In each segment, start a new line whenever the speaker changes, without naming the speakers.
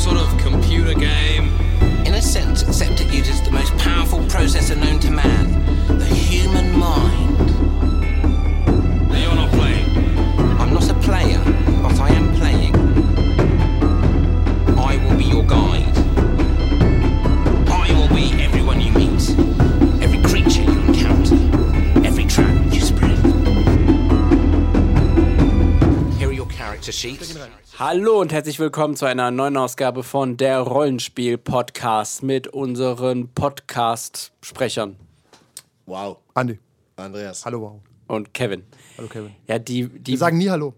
sort of computer game.
In a sense, except it uses the most powerful processor known to man the human mind.
Now you're not playing.
I'm not a player, but I am playing. I will be your guide. I will be everyone you meet, every creature you encounter, every trap you spread. Here are your character sheets.
Hallo und herzlich willkommen zu einer neuen Ausgabe von der Rollenspiel-Podcast mit unseren Podcast-Sprechern
Wow,
Andi.
Andreas.
Hallo, wow.
und Kevin.
Hallo, Kevin.
Ja, die. die
Wir sagen nie Hallo.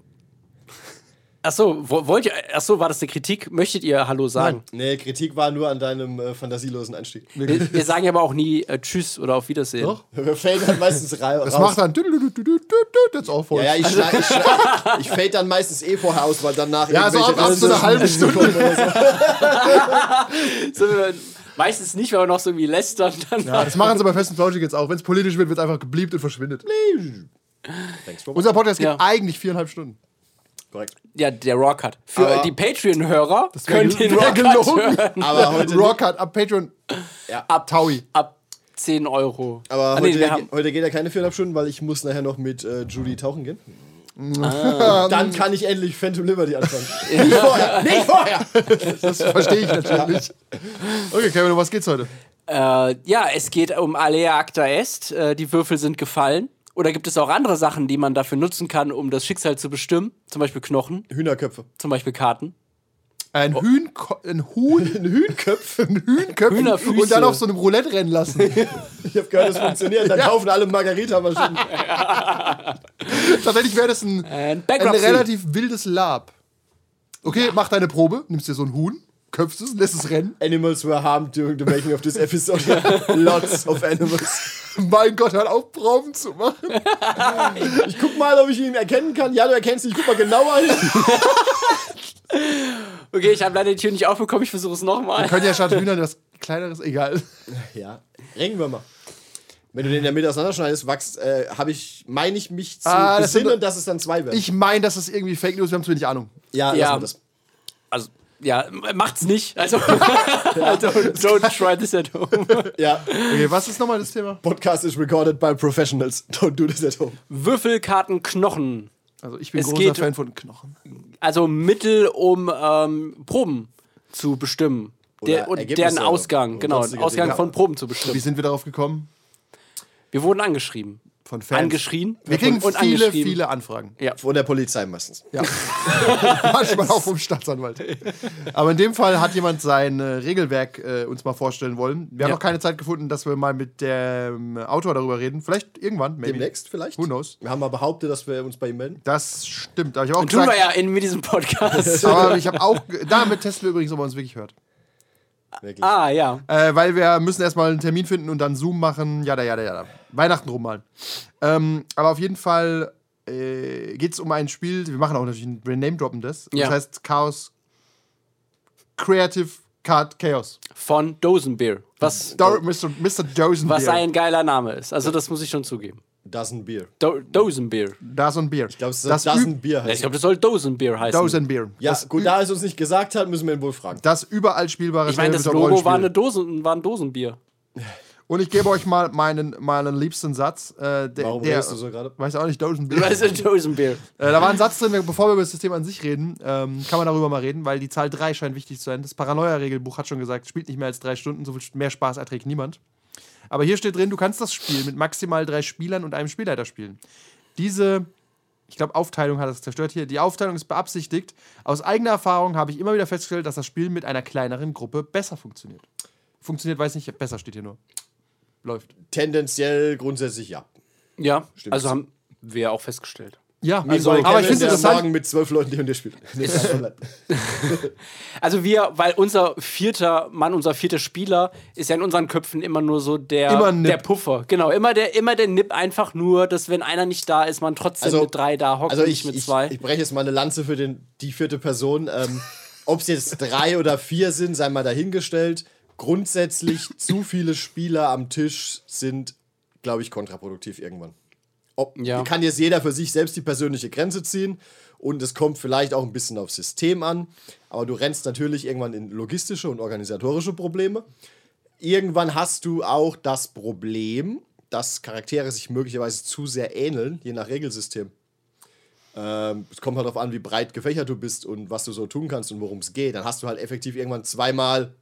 achso, wo- wollt ihr. Achso, war das eine Kritik? Möchtet ihr Hallo sagen?
Nee, Kritik war nur an deinem äh, fantasielosen Anstieg.
Wir, wir sagen ja aber auch nie äh, Tschüss oder auf Wiedersehen.
Doch.
Wir fällt dann meistens ra raus.
Das macht dann. That's all for
ja, ja, ich, schla- ich, schla- ich fällt dann meistens eh vorher aus, weil danach
Ja, so ab, ab so einer halben Stunde.
So, äh, meistens nicht, weil wir noch so irgendwie lästern. Dann
Ja, das machen sie bei Fest und Flauschig jetzt auch. Wenn es politisch wird, wird es einfach gebliebt und verschwindet. Unser Podcast geht
Ja.
eigentlich viereinhalb Stunden.
Korrekt.
ja, der Rock hat. Für
Aber-
äh, die Patreon-Hörer
wär
könnt
gel-
den
wär
Rock halt
gelogen.
hören.
Aber heute,
Rockart ab Patreon.
Ja.
Ab Taui.
Ab 10 Euro.
aber
Ah, nee,
heute,
wir haben,
heute geht ja keine viereinhalb Stunden, weil ich muss nachher noch mit äh, Judy tauchen gehen.
Mm.
Ah, Dann kann ich endlich Phantom Liberty anfangen. nicht vorher, nicht vorher!
Das verstehe ich natürlich. Okay, Kevin, um was geht's heute?
Äh, ja, es geht um Alea Acta Est. Äh, die Würfel sind gefallen. Oder gibt es auch andere Sachen, die man dafür nutzen kann, um das Schicksal zu bestimmen? Zum Beispiel Knochen,
Hühnerköpfe.
zum Beispiel Karten.
Ein Hühn, ein Huhn, ein Hühnköpf, ein Hühnköpf
Hühnerfüße.
und dann auf so einem Roulette rennen lassen.
Ich habe gehört, das funktioniert. Dann kaufen alle Margarita-Maschinen.
Tatsächlich wäre das ein,
Ein
Äh, ein,
Bankruptcy.
relativ wildes Lab. Okay, mach deine Probe, nimmst dir so ein Huhn, köpfst es, lässt es rennen.
Animals were harmed during the making of this episode. Lots of animals.
Mein Gott, hört auf, Proben zu machen.
Ich guck mal, ob ich ihn erkennen kann. Ja, du erkennst ihn. Ich guck mal genauer hin.
Okay, ich habe leider die Tür nicht aufbekommen, ich versuche es nochmal.
Können ja statt Hühnern was kleineres, egal.
Ja, Regenwürmer. Wenn du den in der Mitte auseinanderschneidest, wächst, äh, habe ich, meine ich mich zu
Ah, das sind
besinnen,
doch-
dass es dann zwei werden.
Ich meine, das ist irgendwie Fake News, wir haben zu wenig Ahnung.
ja, lass
Ja.
mal das.
Also, ja, m- macht's nicht. Also, don't, don't try this at home.
Ja,
Okay, was ist nochmal das Thema?
Podcast is recorded by professionals. Don't do this at home.
Würfel, Karten, Knochen.
Also ich bin
Es
großer
geht-
Fan von Knochen.
Also Mittel, um ähm, Proben zu bestimmen. Der,
Oder
und
Ergebnisse
deren Ausgang,
und
genau, den
sonstige
Ausgang
Dinge.
von Proben zu
Wie
bestimmen.
sind wir darauf gekommen?
Wir wurden angeschrieben.
Von Fans.
Angeschrien?
Wir kriegen
Und- und
viele,
angeschrieben.
viele Anfragen.
Von der Polizei meistens.
Ja. Manchmal auch vom Staatsanwalt. Aber in dem Fall hat jemand sein äh, Regelwerk äh, uns mal vorstellen wollen. Wir haben
Ja.
noch keine Zeit gefunden, dass wir mal mit dem Autor darüber reden. Vielleicht irgendwann, maybe.
Demnächst vielleicht?
Who knows?
Wir haben mal behauptet, dass wir uns bei ihm melden.
Das stimmt. Aber ich habe auch
Tun wir
gesagt,
ja in mit diesem Podcast.
aber ich habe auch. ge- Damit testen wir übrigens, ob man uns wirklich hört.
Wirklich.
ah, ja.
Äh, weil wir müssen erstmal einen Termin finden und dann Zoom machen. Jada, jada, jada. Weihnachten rummalen. Ähm, aber auf jeden Fall äh, geht es um ein Spiel. Wir machen auch natürlich ein wir Name-Droppen das.
Ja.
Das heißt Chaos. Creative Card Chaos.
Von Dosenbeer. Was,
Do Mr. Mr. Dosenbier.
Oh. was ein geiler Name ist. Also, das muss ich schon zugeben.
Dozen Beer.
Do Dosenbeer.
Dosenbier. Ich
glaube, es ist
das,
das Dozen
Ü-
Bier
Ich
heißt.
glaube, das soll Dosenbeer heißen.
Dosenbier.
Ja,
Das,
gut, da es uns nicht gesagt hat, müssen wir ihn wohl fragen.
das überall spielbare
ich meine, das
Tabletop-
Logo war,
Rollenspiel.
eine Dosen, war ein Dosenbier.
Und ich gebe euch mal meinen, meinen liebsten Satz. Äh, der,
Warum
der,
redest du so gerade?
Weiß auch nicht, Dosenbier.
Das ist ein Dosenbeer.
Äh, da war ein Satz drin, wir- bevor wir über das System an sich reden, ähm, kann man darüber mal reden, weil die Zahl 3 scheint wichtig zu sein. Das Paranoia-Regelbuch hat schon gesagt, spielt nicht mehr als drei Stunden, so viel Sch- mehr Spaß erträgt niemand. Aber hier steht drin, du kannst das Spiel mit maximal drei Spielern und einem Spielleiter spielen. Diese, ich glaube, Aufteilung hat das zerstört hier. Die Aufteilung ist beabsichtigt. Aus eigener Erfahrung habe ich immer wieder festgestellt, dass das Spiel mit einer kleineren Gruppe besser funktioniert. Funktioniert, weiß nicht, besser steht hier nur. Läuft.
Tendenziell grundsätzlich ja.
Ja, also haben wir auch festgestellt.
Ja,
Also,
also, aber ich finde es interessant.
Morgen mit zwölf Leuten, die und der spielt. Nee,
Also wir, weil unser vierter Mann, unser vierter Spieler ist ja in unseren Köpfen immer nur so der,
Immer ein Nip.
der Puffer. Genau, immer der, immer der Nip einfach nur, dass wenn einer nicht da ist, man trotzdem mit drei da hockt
also
und
ich,
nicht mit
ich,
zwei.
Ich breche jetzt mal eine Lanze für den, die vierte Person. Ähm, Ob es jetzt drei oder vier sind, sei mal dahingestellt. Grundsätzlich zu viele Spieler am Tisch sind, glaube ich, kontraproduktiv irgendwann. Ob,
Ja.
Kann jetzt jeder für sich selbst die persönliche Grenze ziehen Und es kommt vielleicht auch ein bisschen aufs System an. Aber du rennst natürlich irgendwann in logistische und organisatorische Probleme. Irgendwann hast du auch das Problem, dass Charaktere sich möglicherweise zu sehr ähneln, je nach Regelsystem. Ähm, es kommt halt darauf an, wie breit gefächert du bist und was du so tun kannst und worum es geht. Dann hast du halt effektiv irgendwann zweimal,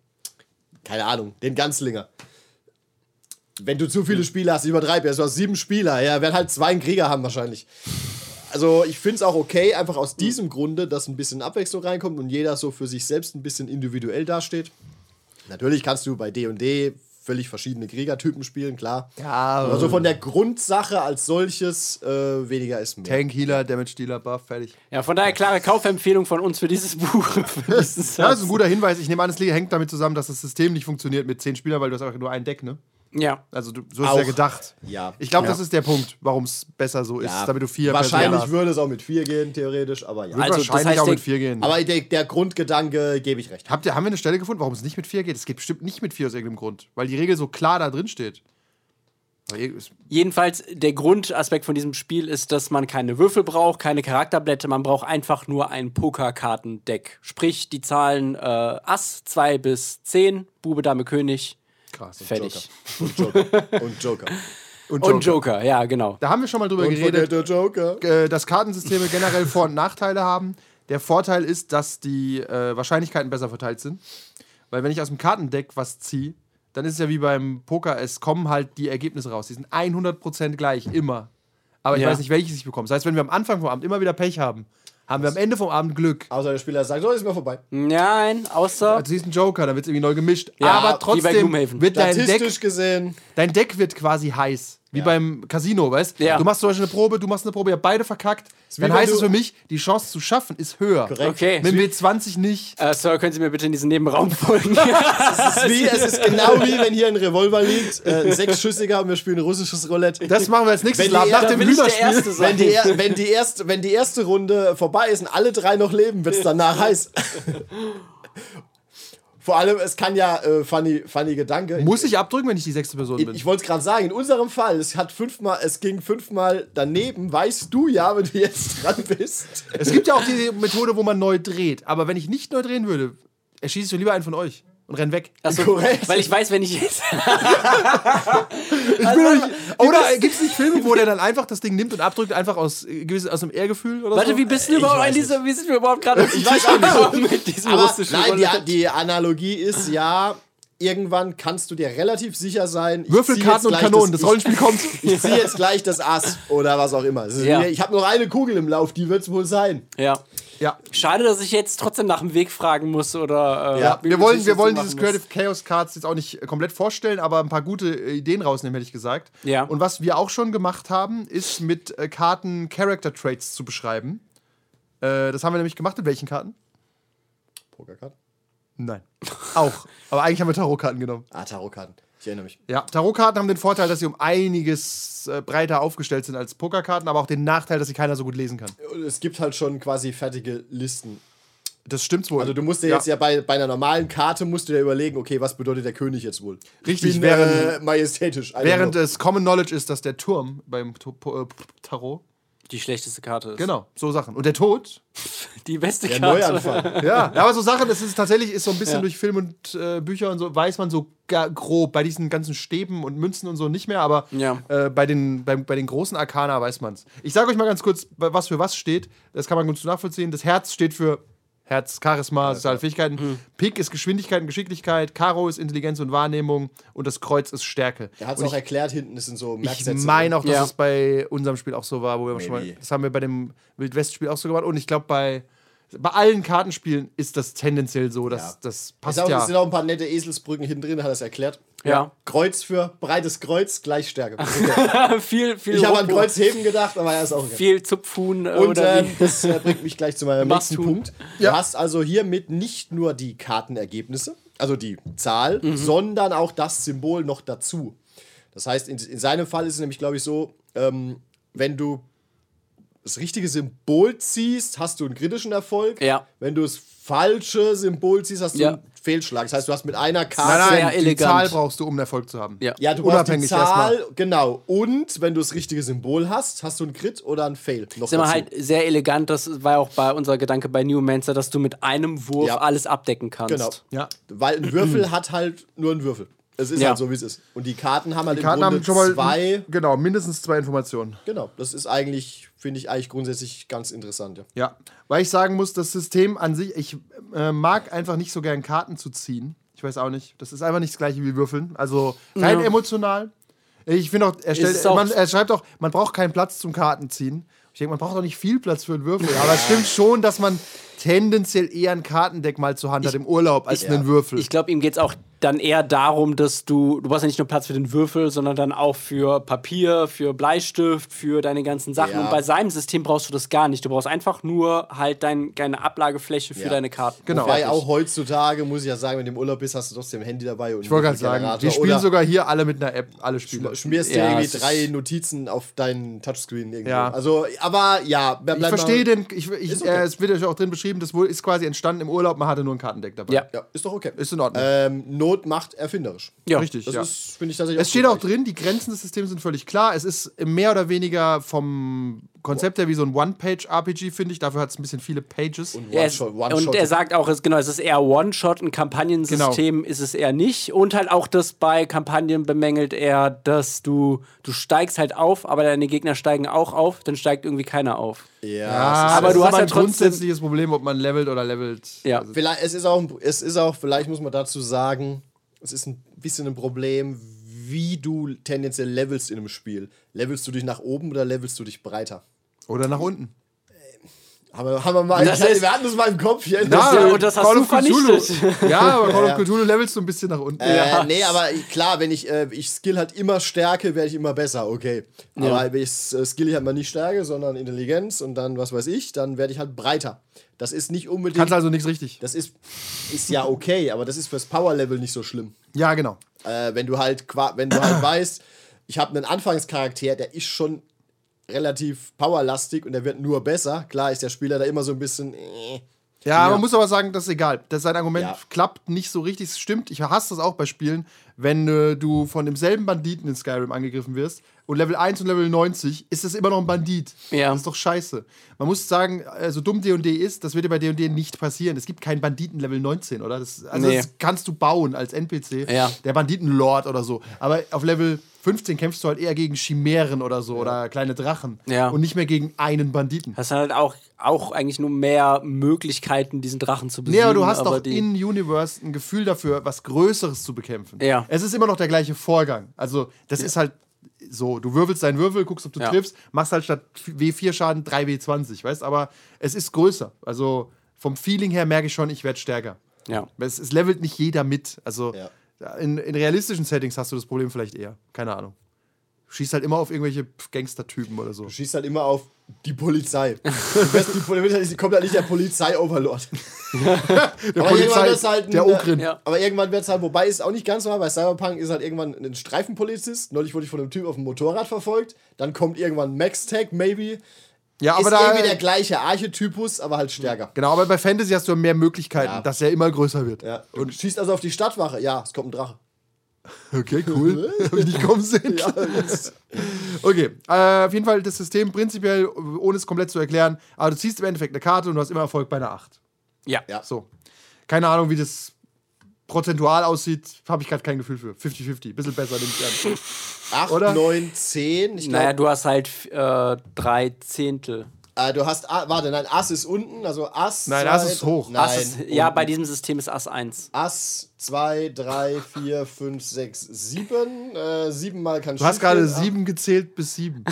keine Ahnung, den Ganzlinger. Wenn du zu
Hm.
viele Spieler hast, übertreib jetzt, du hast sieben Spieler, ja, werden halt zwei einen Krieger haben wahrscheinlich. Also ich finde es auch okay, einfach
Hm.
aus diesem Grunde, dass ein bisschen Abwechslung reinkommt und jeder so für sich selbst ein bisschen individuell dasteht. Natürlich kannst du bei D&D völlig verschiedene Kriegertypen spielen, klar.
Ja, äh,
Aber so von der Grundsache als solches äh, weniger ist mehr.
Tank, Healer, Damage Dealer, Buff, fertig.
Ja, von daher klare Kaufempfehlung von uns für dieses Buch. Für diesen
Ja, das
Satz.
ist ein guter Hinweis. Ich nehme an, es li- hängt damit zusammen, dass das System nicht funktioniert mit zehn Spielern, weil du hast einfach nur ein Deck, ne?
ja.
Also du, so ist
Auch.
ja gedacht.
Ja.
Ich glaube,
Ja.
das ist der Punkt, warum es besser so ist, damit du vier Personen
Wahrscheinlich
hast.
würde es auch mit vier gehen, theoretisch, aber ja.
Wird
Also, das
wahrscheinlich
heißt,
auch mit
der-
vier gehen.
Aber der, der Grundgedanke gebe ich recht.
Habt ihr, haben wir eine Stelle gefunden, warum es nicht mit vier geht? Es geht bestimmt nicht mit vier aus irgendeinem Grund, weil die Regel so klar da drin steht. Aber ihr- es-
Jedenfalls, der Grundaspekt von diesem Spiel ist, dass man keine Würfel braucht, keine Charakterblätter, man braucht einfach nur ein Pokerkartendeck. Sprich, die Zahlen äh, Ass 2 bis 10, Bube, Dame, König,
Krass.
fertig.
Und Joker. Und Joker.
Und Joker, ja, genau.
Da haben wir schon mal drüber
Und von der
geredet,
der Joker.
äh, dass Kartensysteme generell Vor- und Nachteile haben. Der Vorteil ist, dass die äh, Wahrscheinlichkeiten besser verteilt sind. Weil wenn ich aus dem Kartendeck was ziehe, dann ist es ja wie beim Poker, es kommen halt die Ergebnisse raus. Die sind 100% gleich, immer. Aber ich
Ja.
weiß nicht, welches ich bekomme. Das heißt, wenn wir am Anfang vom Abend immer wieder Pech haben, haben wir am Ende vom Abend Glück.
Außer der Spieler sagt, so ist mir vorbei.
Nein, außer.
Also siehst du einen Joker, dann wird es irgendwie neu gemischt.
Ja,
aber
wie bei
trotzdem
Gloomhaven.
wird dein Deck
Statistisch gesehen.
Dein Deck wird quasi heiß. Wie beim Casino, weißt
Ja.
du? machst zum Beispiel eine Probe, du machst eine Probe, ihr habt beide verkackt.
wie
Dann
wenn
heißt
du-
es für mich, die Chance zu schaffen ist höher.
Korrekt.
Okay.
Mit W20 nicht.
Äh, Sir, können Sie mir bitte in diesen Nebenraum folgen?
Es ist, wie, es ist genau wie wenn hier ein Revolver liegt, äh, ein sechsschüssiger und wir spielen russisches Roulette.
Das machen wir als nächstes
Wenn
Mal.
die-
Nach
da
dem
will ich der
Hühnerspiel.
Erste sein.
wenn, die er, wenn, die erste, wenn die erste Runde vorbei ist und alle drei noch leben, wird es danach heiß. Vor allem, es kann ja, äh, funny, funny Gedanke,
Muss ich abdrücken, wenn ich die sechste Person bin?
Ich wollte es gerade sagen, in unserem Fall, es, hat fünfmal, es ging fünfmal daneben, weißt du ja, wenn du jetzt dran bist.
es gibt ja auch die Methode, wo man neu dreht. Aber wenn ich nicht neu drehen würde, erschieße ich doch lieber einen von euch und renn weg.
Achso,
Korrekt.
Weil ich weiß, wenn ich jetzt.
Ich bin doch nicht,
Also,
oder gibt es nicht Filme, wo der dann einfach das Ding nimmt und abdrückt, einfach aus, äh, gewisse- aus einem Ehrgefühl oder
Warte,
so?
wie bist du überhaupt
weiß
an dieser, wie sind wir überhaupt gerade auf Ich weiß auch nicht. mit diesem
Aber
russischen
nein,
Roulette?
die, die Analogie ist ja, irgendwann kannst du dir relativ sicher sein. ich zieh jetzt
Würfelkarten und
gleich
Kanonen, das,
ich-
Rollenspiel kommt.
Ich ziehe jetzt gleich das Ass oder was auch immer. Es ist
Ja.
mir- Ich habe noch eine Kugel im Lauf, die wird es wohl sein.
Ja.
ja.
Schade, dass ich jetzt trotzdem nach dem Weg fragen muss oder. Äh,
Ja,
Wir wollen, wir
Geschichte
wollen
zu
dieses
machen
Creative Chaos Cards jetzt auch nicht äh, komplett vorstellen, aber ein paar gute äh, Ideen rausnehmen, hätte ich gesagt.
Ja.
Und was wir auch schon gemacht haben, ist mit äh, Karten Character Traits zu beschreiben. Äh, das haben wir nämlich gemacht. Mit welchen Karten?
Pokerkarten?
Nein. Auch. Aber eigentlich haben wir Tarotkarten genommen.
Ah, Tarotkarten. Ich erinnere mich.
Ja, Tarotkarten haben den Vorteil, dass sie um einiges äh, breiter aufgestellt sind als Pokerkarten, aber auch den Nachteil, dass sie keiner so gut lesen kann.
Und es gibt halt schon quasi fertige Listen.
Das stimmt's wohl.
Also du musst dir jetzt ja bei, bei einer normalen Karte musst du dir überlegen, okay, was bedeutet der König jetzt wohl?
Richtig,
ich bin, äh,
während-
majestätisch. I don't
Während
know.
es Common Knowledge ist, dass der Turm beim To- Po- äh, Tarot.
Die schlechteste Karte ist.
Genau, so Sachen. Und der Tod
Die beste
der
Karte.
Neuanfang.
Ja, aber so Sachen, das ist tatsächlich ist so ein bisschen durch Film und äh, Bücher und so, weiß man so ga- grob bei diesen ganzen Stäben und Münzen und so nicht mehr, aber
Ja.
äh, bei, den, bei, bei den großen Arkana weiß man's. Ich sage euch mal ganz kurz, wa- was für was steht. Das kann man gut nachvollziehen. Das Herz steht für Herz, Charisma, soziale Fähigkeiten. Pik ist Geschwindigkeit und Geschicklichkeit. Karo ist Intelligenz und Wahrnehmung. Und das Kreuz ist Stärke.
Er hat es
Und
auch erklärt, hinten ist in so
ich
Merksätze.
meine auch, dass
Ja.
es bei unserem Spiel auch so war, wo wir schon mal.
Maybe.
Das haben wir bei dem Wildwest-Spiel auch so gemacht. Und ich glaube, bei, bei allen Kartenspielen ist das tendenziell so, dass
Ja.
das
Ich
passt
glaube, es
ja.
sind auch ein paar nette Eselsbrücken hinten drin, hat er es erklärt.
Ja.
Kreuz für breites Kreuz, gleich Stärke. Okay.
viel, viel.
Ich habe an
Rumbo,
Kreuz heben gedacht, aber er ist auch okay.
Viel Zupfhuhn äh,
Und
oder
ähm,
wie.
das äh, bringt mich gleich zu meinem
Machst
nächsten
du.
Punkt. Du hast also hiermit nicht nur die Kartenergebnisse, also die Zahl,
Mhm.
sondern auch das Symbol noch dazu. Das heißt, in, in seinem Fall ist es nämlich, glaube ich, so, ähm, wenn du das richtige Symbol ziehst, hast du einen kritischen Erfolg.
Ja.
Wenn du das falsche Symbol ziehst, hast du
Ja.
einen Fehlschlag. Das heißt, du hast mit einer Karte.
Nein, nein,
sehr
die
elegant.
Zahl brauchst du, um einen Erfolg zu haben.
Ja.
Ja, du
Unabhängig
brauchst die Zahl, genau. Und wenn du das richtige Symbol hast, hast du einen Crit oder einen Fail. Noch
ist immer
dazu.
halt sehr elegant, das war auch bei unser Gedanke bei Newmancer, dass du mit einem Wurf
Ja.
alles abdecken kannst.
Genau.
Ja.
Weil ein Würfel hat halt nur einen Würfel. Es ist
Ja.
halt so, wie es ist. Und die Karten haben halt
Karten
im
haben
Grunde
schon mal
zwei.
genau, mindestens zwei Informationen.
Genau, das ist eigentlich, finde ich eigentlich grundsätzlich ganz interessant, ja.
Ja, weil ich sagen muss, das System an sich, ich äh, mag einfach nicht so gern Karten zu ziehen. Ich weiß auch nicht. Das ist einfach nicht das gleiche wie Würfeln. Also rein
Ja.
emotional. Ich finde auch, er,
es
stellt,
auch-
man, er schreibt auch, man braucht keinen Platz zum Kartenziehen. Ich denke, man braucht auch nicht viel Platz für einen Würfel. Aber es stimmt schon, dass man tendenziell eher ein Kartendeck mal zur Hand hat im Urlaub als einen Würfel.
Ich glaube, ihm geht es auch dann eher darum, dass du, du brauchst ja nicht nur Platz für den Würfel, sondern dann auch für Papier, für Bleistift, für deine ganzen Sachen.
Ja.
Und bei seinem System brauchst du das gar nicht. Du brauchst einfach nur halt dein, deine Ablagefläche für
Ja.
deine Karten.
Genau.
Wobei
Fertig.
auch heutzutage, muss ich ja sagen, wenn du im Urlaub bist, hast du trotzdem Handy dabei und
Ich wollte gerade sagen, die spielen sogar hier alle mit einer App, alle Spiele.
Schmierst
Ja,
dir
es
irgendwie
ist-
drei Notizen auf deinen Touchscreen irgendwie.
Ja.
Also, aber ja, wir
Ich
bleiben mal-
verstehe den, ich, ich,
Ist okay.
äh, es wird ja auch drin beschrieben, das wohl- ist quasi entstanden im Urlaub, man hatte nur ein Kartendeck dabei.
Ja.
Ja, ist doch okay.
Ist in Ordnung.
Ähm, Not macht erfinderisch.
Ja.
Richtig,
Das
ja.
ist, finde ich tatsächlich
es steht auch
gut.
drin, die Grenzen des Systems sind völlig klar. Es ist mehr oder weniger vom Konzept her wie so ein One-Page-RPG, finde ich. Dafür hat es ein bisschen viele Pages.
Ja,
One
es-
Shot, One
und
Shot.
er sagt auch, es, genau, es ist eher One-Shot, ein Kampagnensystem ist es eher nicht. Und halt auch das bei Kampagnen bemängelt er, dass du, du steigst halt auf, aber deine Gegner steigen auch auf, dann steigt irgendwie keiner auf.
Ja,
aber
es
du
ist
hast ja
ein
trotzdem-
grundsätzliches Problem, ob man levelt oder levelt.
Ja.
Also,
Vielleicht, es, ist auch, ein- es ist auch, vielleicht muss man dazu sagen, es ist ein bisschen ein Problem, wie du tendenziell levelst in einem Spiel. Levelst du dich nach oben oder levelst du dich breiter?
oder nach unten.
Haben wir, haben wir, mal,
Das ist-
wir hatten das mal im Kopf hier.
Das-
Ja,
und das hast
Call
du
of Cthulhu.
vernichtet.
Ja, aber Call of Cthulhu levelst du ein bisschen nach unten.
äh, Nee, aber klar, wenn ich, äh, ich skill halt immer Stärke, werde ich immer besser, okay. Aber wenn ich äh, skill ich halt mal nicht Stärke, sondern Intelligenz und dann was weiß ich, dann werde ich halt breiter. Das ist nicht unbedingt.
Kannst also nichts richtig.
das ist, ist ja okay, aber das ist fürs Power-Level nicht so schlimm.
Ja, genau.
Äh, wenn du halt qua- wenn du halt weißt, ich habe einen Anfangscharakter, der ist schon relativ powerlastig und der wird nur besser. Klar ist der Spieler da immer so ein bisschen. Äh,
Ja, man muss aber sagen, das ist egal. Das sein Argument
Ja.
klappt nicht so richtig. Es stimmt, ich hasse das auch bei Spielen, wenn äh, du von demselben Banditen in Skyrim angegriffen wirst und Level 1 und Level 90 ist das immer noch ein Bandit.
Ja.
Das ist doch scheiße. Man muss sagen, äh, so dumm D&D ist, das wird dir bei D&D nicht passieren. Es gibt keinen Banditen Level 19, oder? Das, also
Nee.
das kannst du bauen als NPC,
Ja.
der Banditenlord oder so. Aber auf Level 15 kämpfst du halt eher gegen Chimären oder so oder kleine Drachen
Ja.
und nicht mehr gegen einen Banditen.
Hast dann halt auch, auch eigentlich nur mehr Möglichkeiten, diesen Drachen zu besiegen.
Nee, aber du hast
aber
doch
die-
in-Universe ein Gefühl dafür, was Größeres zu bekämpfen.
Ja.
Es ist immer noch der gleiche Vorgang. Also, das ist halt so, du wirbelst deinen Würfel, guckst, ob du
Ja.
triffst, machst halt statt W4 Schaden 3W20, weißt Aber es ist größer. Also, vom Feeling her merke ich schon, ich werde stärker.
Ja.
Es, es levelt nicht jeder mit. Also, in, in realistischen Settings hast du das Problem vielleicht eher. Keine Ahnung. Schießt halt immer auf irgendwelche pf, Gangstertypen oder so.
du schießt halt immer auf die Polizei. Du wirst die Polizei kommt halt nicht der Polizei-Overlord.
Der
Aber irgendwann wird's halt ein-
der Ogrin.
Ja.
Aber irgendwann wird es halt, wobei ist auch nicht ganz normal, bei Cyberpunk ist halt irgendwann ein Streifenpolizist. Neulich wurde ich von einem Typ auf dem Motorrad verfolgt. Dann kommt irgendwann Max Tech, maybe.
Ja,
ist
aber da,
irgendwie der gleiche Archetypus, aber halt stärker.
Genau, aber bei Fantasy hast du mehr Möglichkeiten,
Ja.
dass er immer größer wird.
Ja. Und schießt also auf die Stadtwache. Ja, es kommt ein Drache.
Okay, cool. Hab ich nicht kommen sehen. Okay, äh, auf jeden Fall das System prinzipiell, ohne es komplett zu erklären, aber du ziehst im Endeffekt eine Karte und du hast immer Erfolg bei einer 8.
Ja.
Ja.
So. Keine Ahnung, wie das prozentual aussieht, habe ich gerade kein Gefühl für. 50-50, bisschen besser, nehme ich an.
8,
Oder?
9, 10. Ich glaub,
Naja, du hast halt äh, drei Zehntel.
äh, du hast. A warte, nein, Ass ist unten, also Ass.
Nein,
zwei,
Ass ist hoch.
Nein,
Ass ist, ja, bei diesem System ist Ass 1.
Ass 2, 3, 4, 5, 6, 7. Äh, 7 mal kann
Du hast gerade 7 gezählt bis 7.
Ah,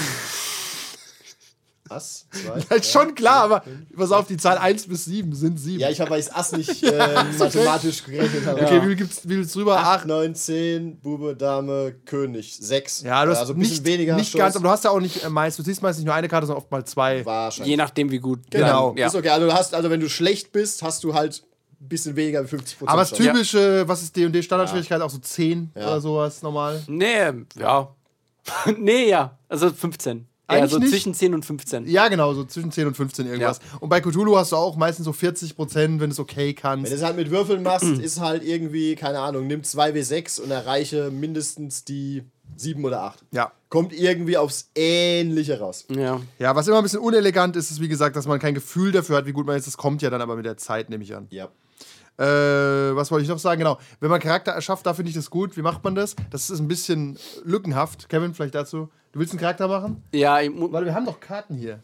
Ass 2.
Ist Halt schon klar, aber pass auf, die Zahl 1 bis 7 sind 7.
Ja, ich habe, weil ich Ass nicht äh, mathematisch gerechnet habe.
okay, wie viel gibt's, wie willst drüber?
8,
8.
9, 10, Bube, Dame, König. 6.
Ja, du hast
also ein bisschen
nicht,
weniger.
nicht
Schuss.
ganz, aber du hast ja auch nicht äh, meist, du ziehst meist nicht nur eine Karte, sondern oft mal zwei.
Wahrscheinlich.
Je nachdem, wie gut.
genau.
Dann, ja.
Ist okay. Also, du hast, also, wenn du schlecht bist, hast du halt ein bisschen weniger als 50%.
Aber das
Chance.
typische, was ist D&D Standardschwierigkeit, auch so 10 oder sowas normal.
Nee, ja. nee, ja. Also 15. Ja, so
nicht.
zwischen 10 und 15.
Ja, genau, so zwischen 10 und 15 irgendwas. Und bei Cthulhu hast du auch meistens so 40 Prozent, wenn du es okay
Wenn
kannst.
du es halt mit Würfeln machst, ist halt irgendwie, keine Ahnung, nimm 2W6 und erreiche mindestens die 7 oder 8.
Ja.
Kommt irgendwie aufs Ähnliche raus.
Ja.
ja, was immer ein bisschen unelegant ist, ist wie gesagt, dass man kein Gefühl dafür hat, wie gut man ist. Das kommt ja dann aber mit der Zeit, nehme ich an.
Ja.
Äh, was wollte ich noch sagen? Genau. Wenn man Charakter erschafft, da finde ich das gut. Wie macht man das? Das ist ein bisschen lückenhaft. Kevin, vielleicht dazu. Du willst einen Charakter machen?
Ja, ich mu-
Warte, wir haben doch Karten hier.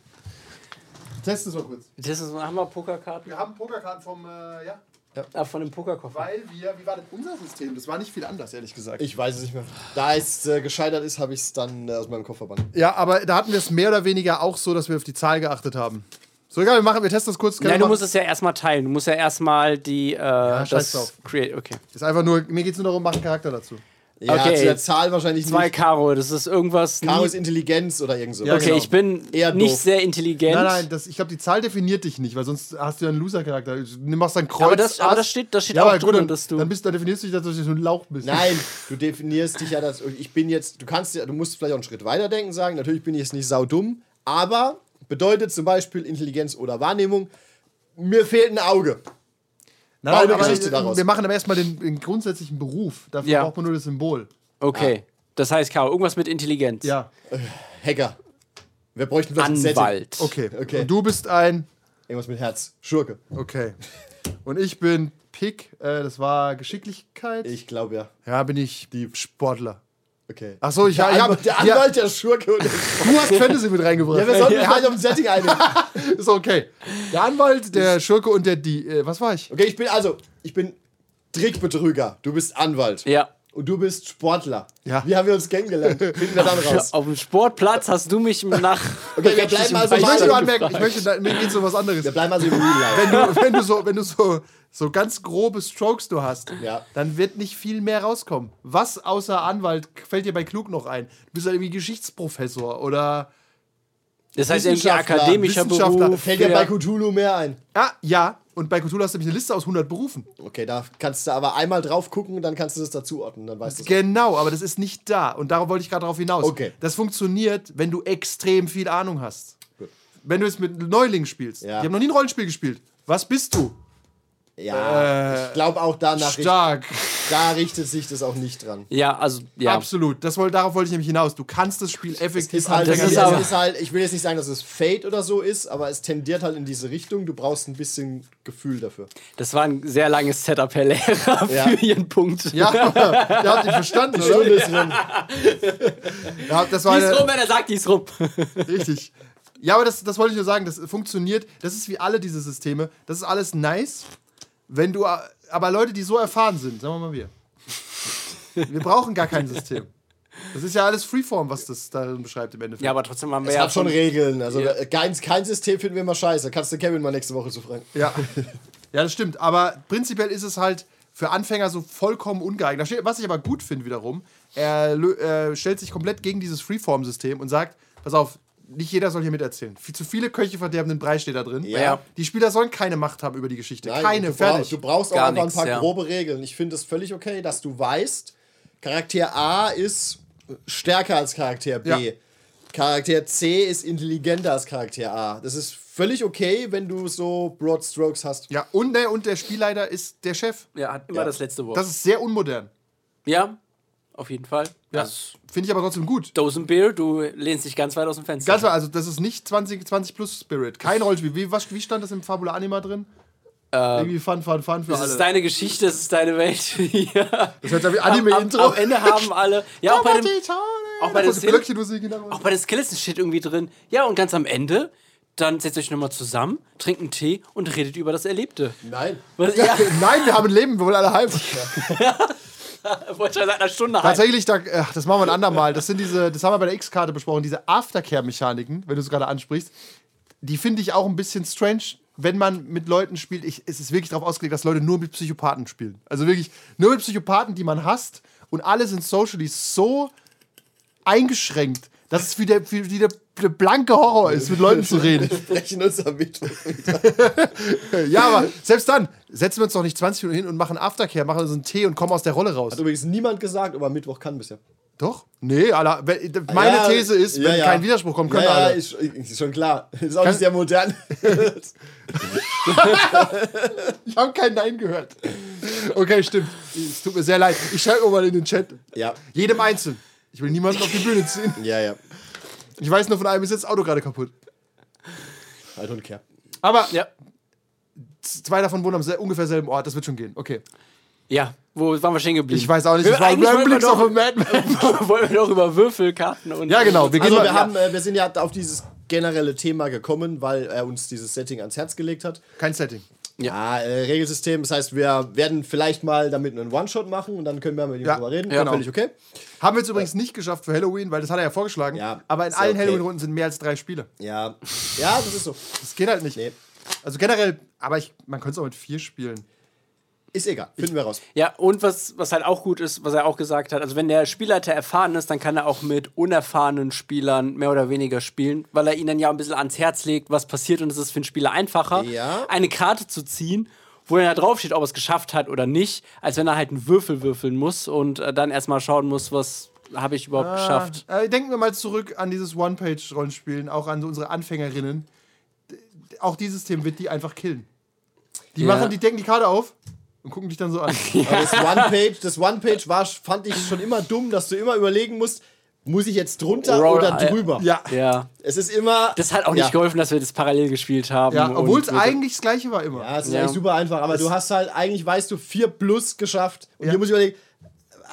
Test es mal kurz.
das ist, haben wir Pokerkarten?
Wir haben Pokerkarten vom, äh, ja,
Ah, von dem Pokerkoffer.
weil wir, wie war denn unser System? Das war nicht viel anders, ehrlich gesagt.
Ich weiß es nicht mehr. Da es äh, gescheitert ist, habe ich es dann äh, aus meinem Kopf verbannt.
Ja, aber da hatten wir es mehr oder weniger auch so, dass wir auf die Zahl geachtet haben. So, egal, wir machen, wir testen das kurz.
Nein,
Kevin
du
macht-
musst es ja erstmal teilen. Du musst ja erstmal die. Äh,
scheiß
das
drauf.
Create, okay.
ist einfach nur, mir geht es nur darum, mach einen Charakter dazu.
Ja,
Okay.
zu der Zahl wahrscheinlich
Zwei
nicht.
Karo, das ist irgendwas.
Karo
nie-
ist Intelligenz oder irgend so.
Ja,
okay,
genau.
ich bin
Eher
nicht
doof.
sehr intelligent.
Nein, nein, das, ich glaube, die Zahl definiert dich nicht, weil sonst hast du ja einen Loser-Charakter. Du machst dann Kreuz.
Aber das- aber
Ass.
das steht- das steht
ja,
auch
aber gut,
drin,
dann,
dass du-
Dann, bist, dann definierst du dich, dass du so ein Lauch bist.
Nein, du definierst dich ja das. Ich bin jetzt, du kannst ja, du musst vielleicht auch einen Schritt weiter denken, sagen, natürlich bin ich jetzt nicht saudumm, aber bedeutet zum Beispiel Intelligenz oder Wahrnehmung, mir fehlt ein Auge.
Nein,
Bau eine
aber
Geschichte daraus.
Wir machen aber erstmal den, den grundsätzlichen Beruf. Dafür
Ja.
braucht man nur das Symbol.
Okay. Das heißt, Karo, irgendwas mit Intelligenz.
Ja,
Hacker. Wir bräuchten vielleicht ein Setting.
Anwalt.
okay.
Okay.
Und du bist ein.
Irgendwas mit Herz. Schurke.
Okay. Und ich bin Pick, äh, das war Geschicklichkeit.
Ich glaube ja.
Ja, bin ich die Sportler.
Okay.
Ach so, ich
der,
habe.
Anwalt, der Anwalt, der Schurke und der
Du hast Fantasy mit reingebracht.
Ja, wir sollten uns vielleicht auf ein Setting einigen.
Ist okay. Der Anwalt, der Schurke und der die. Äh, was war ich?
Okay, ich bin also, ich bin Trickbetrüger. Du bist Anwalt.
Ja.
Und du bist Sportler.
Ja.
Wie haben wir uns kennengelernt? Finden wir dann raus.
Auf dem Sportplatz hast du mich nach.
Okay, wir bleiben also
Ich
Ich
möchte
hab
nur
dann
anmerken, ich möchte, da- mir geht so was anderes.
Wir bleiben also im Real Life.
Wenn du, wenn du, so, wenn du so, so ganz grobe Strokes du hast,
Ja.
dann wird nicht viel mehr rauskommen. Was außer Anwalt fällt dir bei Klug noch ein? Du bist halt irgendwie Geschichtsprofessor oder.
Das heißt, irgendwie
Wissenschaftler,
akademischer
Wissenschaftler.
Beruf.
Fällt dir
ja.
bei Cthulhu mehr ein.
Ja, ah, ja. Und bei Cthulhu hast du nämlich eine Liste aus 100 Berufen.
Okay, da kannst du aber einmal drauf gucken und dann kannst du das dazuordnen. Dann weißt du es.
Genau, aber das ist nicht da. Und darauf wollte ich gerade drauf hinaus.
Okay.
Das funktioniert, wenn du extrem viel Ahnung hast. Wenn du es mit Neulingen spielst.
Ja.
Ich habe noch nie ein Rollenspiel gespielt. Was bist du?
Äh, Ja, ich glaube auch danach richt,
Stark.
da richtet sich das auch nicht dran.
ja, also, ja.
Absolut. Das wollte, darauf wollte ich nämlich hinaus. Du kannst das Spiel effektiv
Ist halt, das
anfangen.
Das
ist,
ist aber-
es ist halt, ich will jetzt nicht sagen, dass es Fate oder so ist, aber es tendiert halt in diese Richtung. Du brauchst ein bisschen Gefühl dafür.
Das war ein sehr langes Setup, Herr Lehrer, für
Ja.
Ihren Punkt.
Ja, ihr habt ihn verstanden,
Die Stunde
oder?
ist rum.
Ja, das war
Die ist rum,
eine,
wenn er sagt, die ist rum.
richtig. Ja, aber das, das wollte ich nur sagen, das funktioniert. Das ist wie alle diese Systeme. Das ist alles nice, wenn du. Aber Leute, die so erfahren sind, sagen wir mal wir. Wir brauchen gar kein System. Das ist ja alles Freeform, was das da beschreibt im Endeffekt.
Ja, aber trotzdem haben wir
Es
ja
hat schon
von-
Regeln. Also äh, kein, kein System finden wir immer scheiße. Kannst du Kevin mal nächste Woche zu fragen.
Ja. ja, das stimmt. Aber prinzipiell ist es halt für Anfänger so vollkommen ungeeignet. Da steht- Was ich aber gut finde wiederum, er lö- äh, stellt sich komplett gegen dieses Freeform-System und sagt, pass auf, nicht jeder soll hier miterzählen. Viel zu viele Köche verderben den Brei steht da drin.
Ja.
Die Spieler sollen keine Macht haben über die Geschichte.
Nein,
keine,
du brauch-
fertig.
Du brauchst auch
Gar
einfach
nix,
ein paar
ja.
grobe Regeln. Ich finde es völlig okay, dass du weißt, Charakter A ist stärker als Charakter B.
Ja.
Charakter C ist intelligenter als Charakter A. Das ist völlig okay, wenn du so Broad Strokes hast.
ja, und, der, und der Spielleiter ist der Chef.
Ja, hat immer
Ja.
das letzte Wort.
Das ist sehr unmodern.
ja, auf jeden Fall. Ja.
Finde ich aber trotzdem gut.
Dosenbeer, du lehnst dich ganz weit aus dem Fenster.
Ganz klar, also das ist nicht 20, 20 plus Spirit. Kein Rollenspiel. Wie, was, wie stand das im Fabula Anima drin?
Ähm,
Irgendwie Fun, Fun, Fun für
das
alle.
ist deine Geschichte, das ist deine Welt. ja.
das hört sich an
am,
wie
am,
Anime-Intro.
am Ende haben alle. Ja, auch bei dem, auch bei den Szenen-
Glöckchen genau
auch bei den Skills ist Shit irgendwie drin. Ja, und ganz am Ende, dann setzt euch nochmal zusammen, trinkt einen Tee und redet über das Erlebte.
Nein.
Was, ja,
Nein, wir haben ein Leben, wir wollen alle heim.
wollte schon seit einer Stunde halten.
Tatsächlich, da, ach, das machen wir ein andermal. Das sind diese, das haben wir bei der X-Karte besprochen, diese Aftercare-Mechaniken, wenn du es gerade ansprichst, die finde ich auch ein bisschen strange, wenn man mit Leuten spielt. Ich, es ist wirklich darauf ausgelegt, dass Leute nur mit Psychopathen spielen. Also wirklich nur mit Psychopathen, die man hasst und alle sind socially so eingeschränkt, dass es wie der, wie wie der, der blanke Horror ist, mit Leuten zu reden.
Brechen uns am Mittwoch.
Ja, aber selbst dann setzen wir uns doch nicht 20 Minuten hin und machen Aftercare, machen uns einen Tee und kommen aus der Rolle raus.
Hat übrigens niemand gesagt, ob er Mittwoch kann bisher.
Doch? Nee, aller, wenn- meine
Ja,
These ist, wenn
ja, ja.
kein Widerspruch kommt, können
ja, ja,
alle.
Ist, ist schon klar. Ist auch nicht sehr modern.
Ich habe kein Nein gehört. Okay, stimmt. Es tut mir sehr leid. Ich schreibe mal in den Chat.
ja,
Jedem einzeln. Ich will niemanden auf die Bühne ziehen.
ja, ja.
Ich weiß nur von einem ist jetzt das Auto gerade kaputt.
I don't care.
Aber
Ja.
z- zwei davon wohnen am sel ungefähr selben Ort. Das wird schon gehen. Okay.
Ja, wo waren wir stehen geblieben?
Ich weiß auch nicht.
Wir,
Das war ein
eigentlich wollen, wir
Blick auf
doch,
einen Madman.
wollen wir doch über Würfelkarten und.
Ja, genau. Wir gehen
Also
mal.
wir, haben, äh, wir sind ja auf dieses generelle Thema gekommen, weil er uns dieses Setting ans Herz gelegt hat.
Kein Setting.
Ja, äh, Regelsystem, das heißt, wir werden vielleicht mal damit einen One-Shot machen und dann können wir mit ihm
Ja,
drüber reden.
ja, genau.
Völlig okay.
Haben wir jetzt übrigens nicht geschafft für Halloween, weil das hat er ja vorgeschlagen.
Ja,
aber in
ist ja
allen
okay.
Halloween-Runden sind mehr als drei Spiele.
Ja. ja, das ist so.
Das geht halt nicht.
Nee.
Also generell, aber ich, man könnte es auch mit vier spielen.
Ist egal, finden wir raus.
Ja, und was, was halt auch gut ist, was er auch gesagt hat, also wenn der Spielleiter erfahren ist, dann kann er auch mit unerfahrenen Spielern mehr oder weniger spielen, weil er ihnen ja ein bisschen ans Herz legt, was passiert und es ist für den Spieler einfacher,
Ja.
eine Karte zu ziehen, wo dann da draufsteht, ob er es geschafft hat oder nicht, als wenn er halt einen Würfel würfeln muss und äh, dann erstmal schauen muss, was habe ich überhaupt geschafft.
Ah, äh, denken wir mal zurück an dieses One-Page-Rollenspielen, auch an so unsere Anfängerinnen. D- d- Auch dieses System wird die einfach killen. Die
Ja.
machen, die decken die Karte auf und gucken dich dann so an.
Aber das One-Page, das One-Page war, fand ich schon immer dumm, dass du immer überlegen musst, muss ich jetzt drunter
Roll,
oder
äh,
drüber?
ja.
Ja.
Es ist immer.
Das hat auch nicht
ja.
geholfen, dass wir das parallel gespielt haben.
ja,
und-
obwohl es eigentlich das gleiche war immer.
Ja, Ah, es ist
Ja.
eigentlich super einfach, aber du hast halt, eigentlich weißt du, 4 plus geschafft. Und hier muss ich überlegen,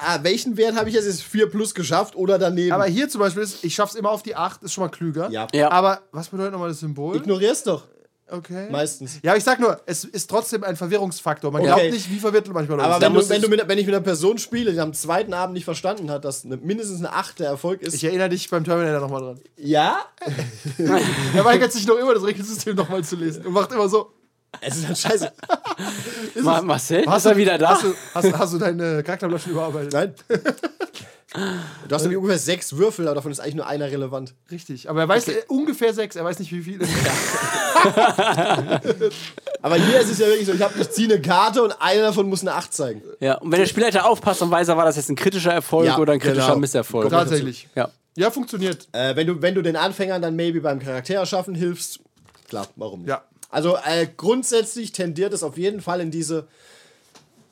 ah, welchen Wert habe ich jetzt? Ist 4 plus geschafft oder daneben?
Aber hier zum Beispiel ist, ich schaff's immer auf die 8, ist schon mal klüger.
Ja.
Ja.
Aber was bedeutet nochmal das Symbol?
Ignorierst doch
okay.
meistens.
Ja, aber ich sag nur, es ist trotzdem ein Verwirrungsfaktor. Man
Okay.
glaubt nicht, wie verwirrt manchmal Leute
Aber
sind.
wenn, du,
muss
wenn,
ich-
du mit, wenn ich mit einer Person spiele, die am zweiten Abend nicht verstanden hat, dass eine, mindestens eine 8 der Erfolg ist,
Ich erinnere dich beim Terminator nochmal dran.
ja,
Der weigert sich noch immer, das Regelsystem nochmal zu lesen und macht immer so.
es ist halt scheiße.
Ma Marcel, ist er wieder da?
Hast du, hast, hast du deine Charakterblatt schon überarbeitet?
Nein. Du hast nämlich ungefähr sechs Würfel, aber davon ist eigentlich nur einer relevant.
Richtig, aber er weiß äh, ungefähr sechs, er weiß nicht wie viele.
Aber hier ist es ja wirklich so, ich, hab, ich ziehe eine Karte und einer davon muss eine 8 zeigen.
Ja, und wenn der Spielleiter aufpasst, dann weiß er, war das jetzt ein kritischer Erfolg
Ja,
oder ein kritischer
genau.
Misserfolg.
Tatsächlich.
Ja.
Ja, funktioniert.
Äh, wenn, du, wenn du den Anfängern dann maybe beim Charakter erschaffen hilfst, klar, warum nicht?
Ja.
Also äh, grundsätzlich tendiert es auf jeden Fall in diese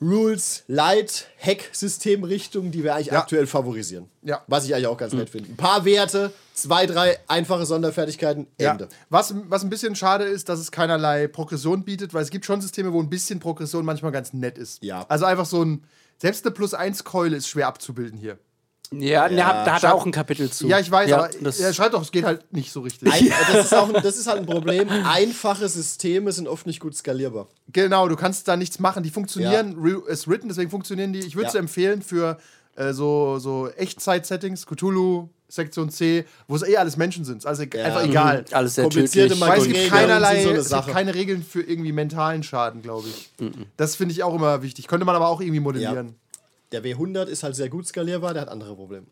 Rules Light Hack System Richtung, die wir eigentlich aktuell favorisieren.
Ja. Hm.
Was ich eigentlich auch ganz nett finde. Ein paar Werte, zwei, drei einfache Sonderfertigkeiten,
Ja.
Ende.
Was, was ein bisschen schade ist, dass es keinerlei Progression bietet, weil es gibt schon Systeme, wo ein bisschen Progression manchmal ganz nett ist.
Ja.
Also einfach so ein, selbst eine Plus-1-Keule ist schwer abzubilden hier.
Ja, der hat, da hat er auch ein Kapitel zu.
Ja, ich weiß, aber
das-
er schreibt doch, es geht halt nicht so richtig.
Ein, äh, das, ist auch, ein- das ist halt ein Problem. Einfache Systeme sind oft nicht gut skalierbar.
Genau, du kannst da nichts machen. Die funktionieren, re- ist written, deswegen funktionieren die. Ich würde es
Ja.
empfehlen für äh, so, so Echtzeit-Settings, Cthulhu, Sektion C, wo es eh alles Menschen sind. Also einfach egal.
Mhm. alles sehr
Komplizierte
tödlich.
Magie.
Weil es gibt
Regeln
keinerlei,
sind so eine
es gibt
Sache.
keine Regeln für irgendwie mentalen Schaden, glaube ich. Das finde ich auch immer wichtig. Könnte man aber auch irgendwie modellieren.
Der W100 ist halt sehr gut skalierbar, der hat andere Probleme.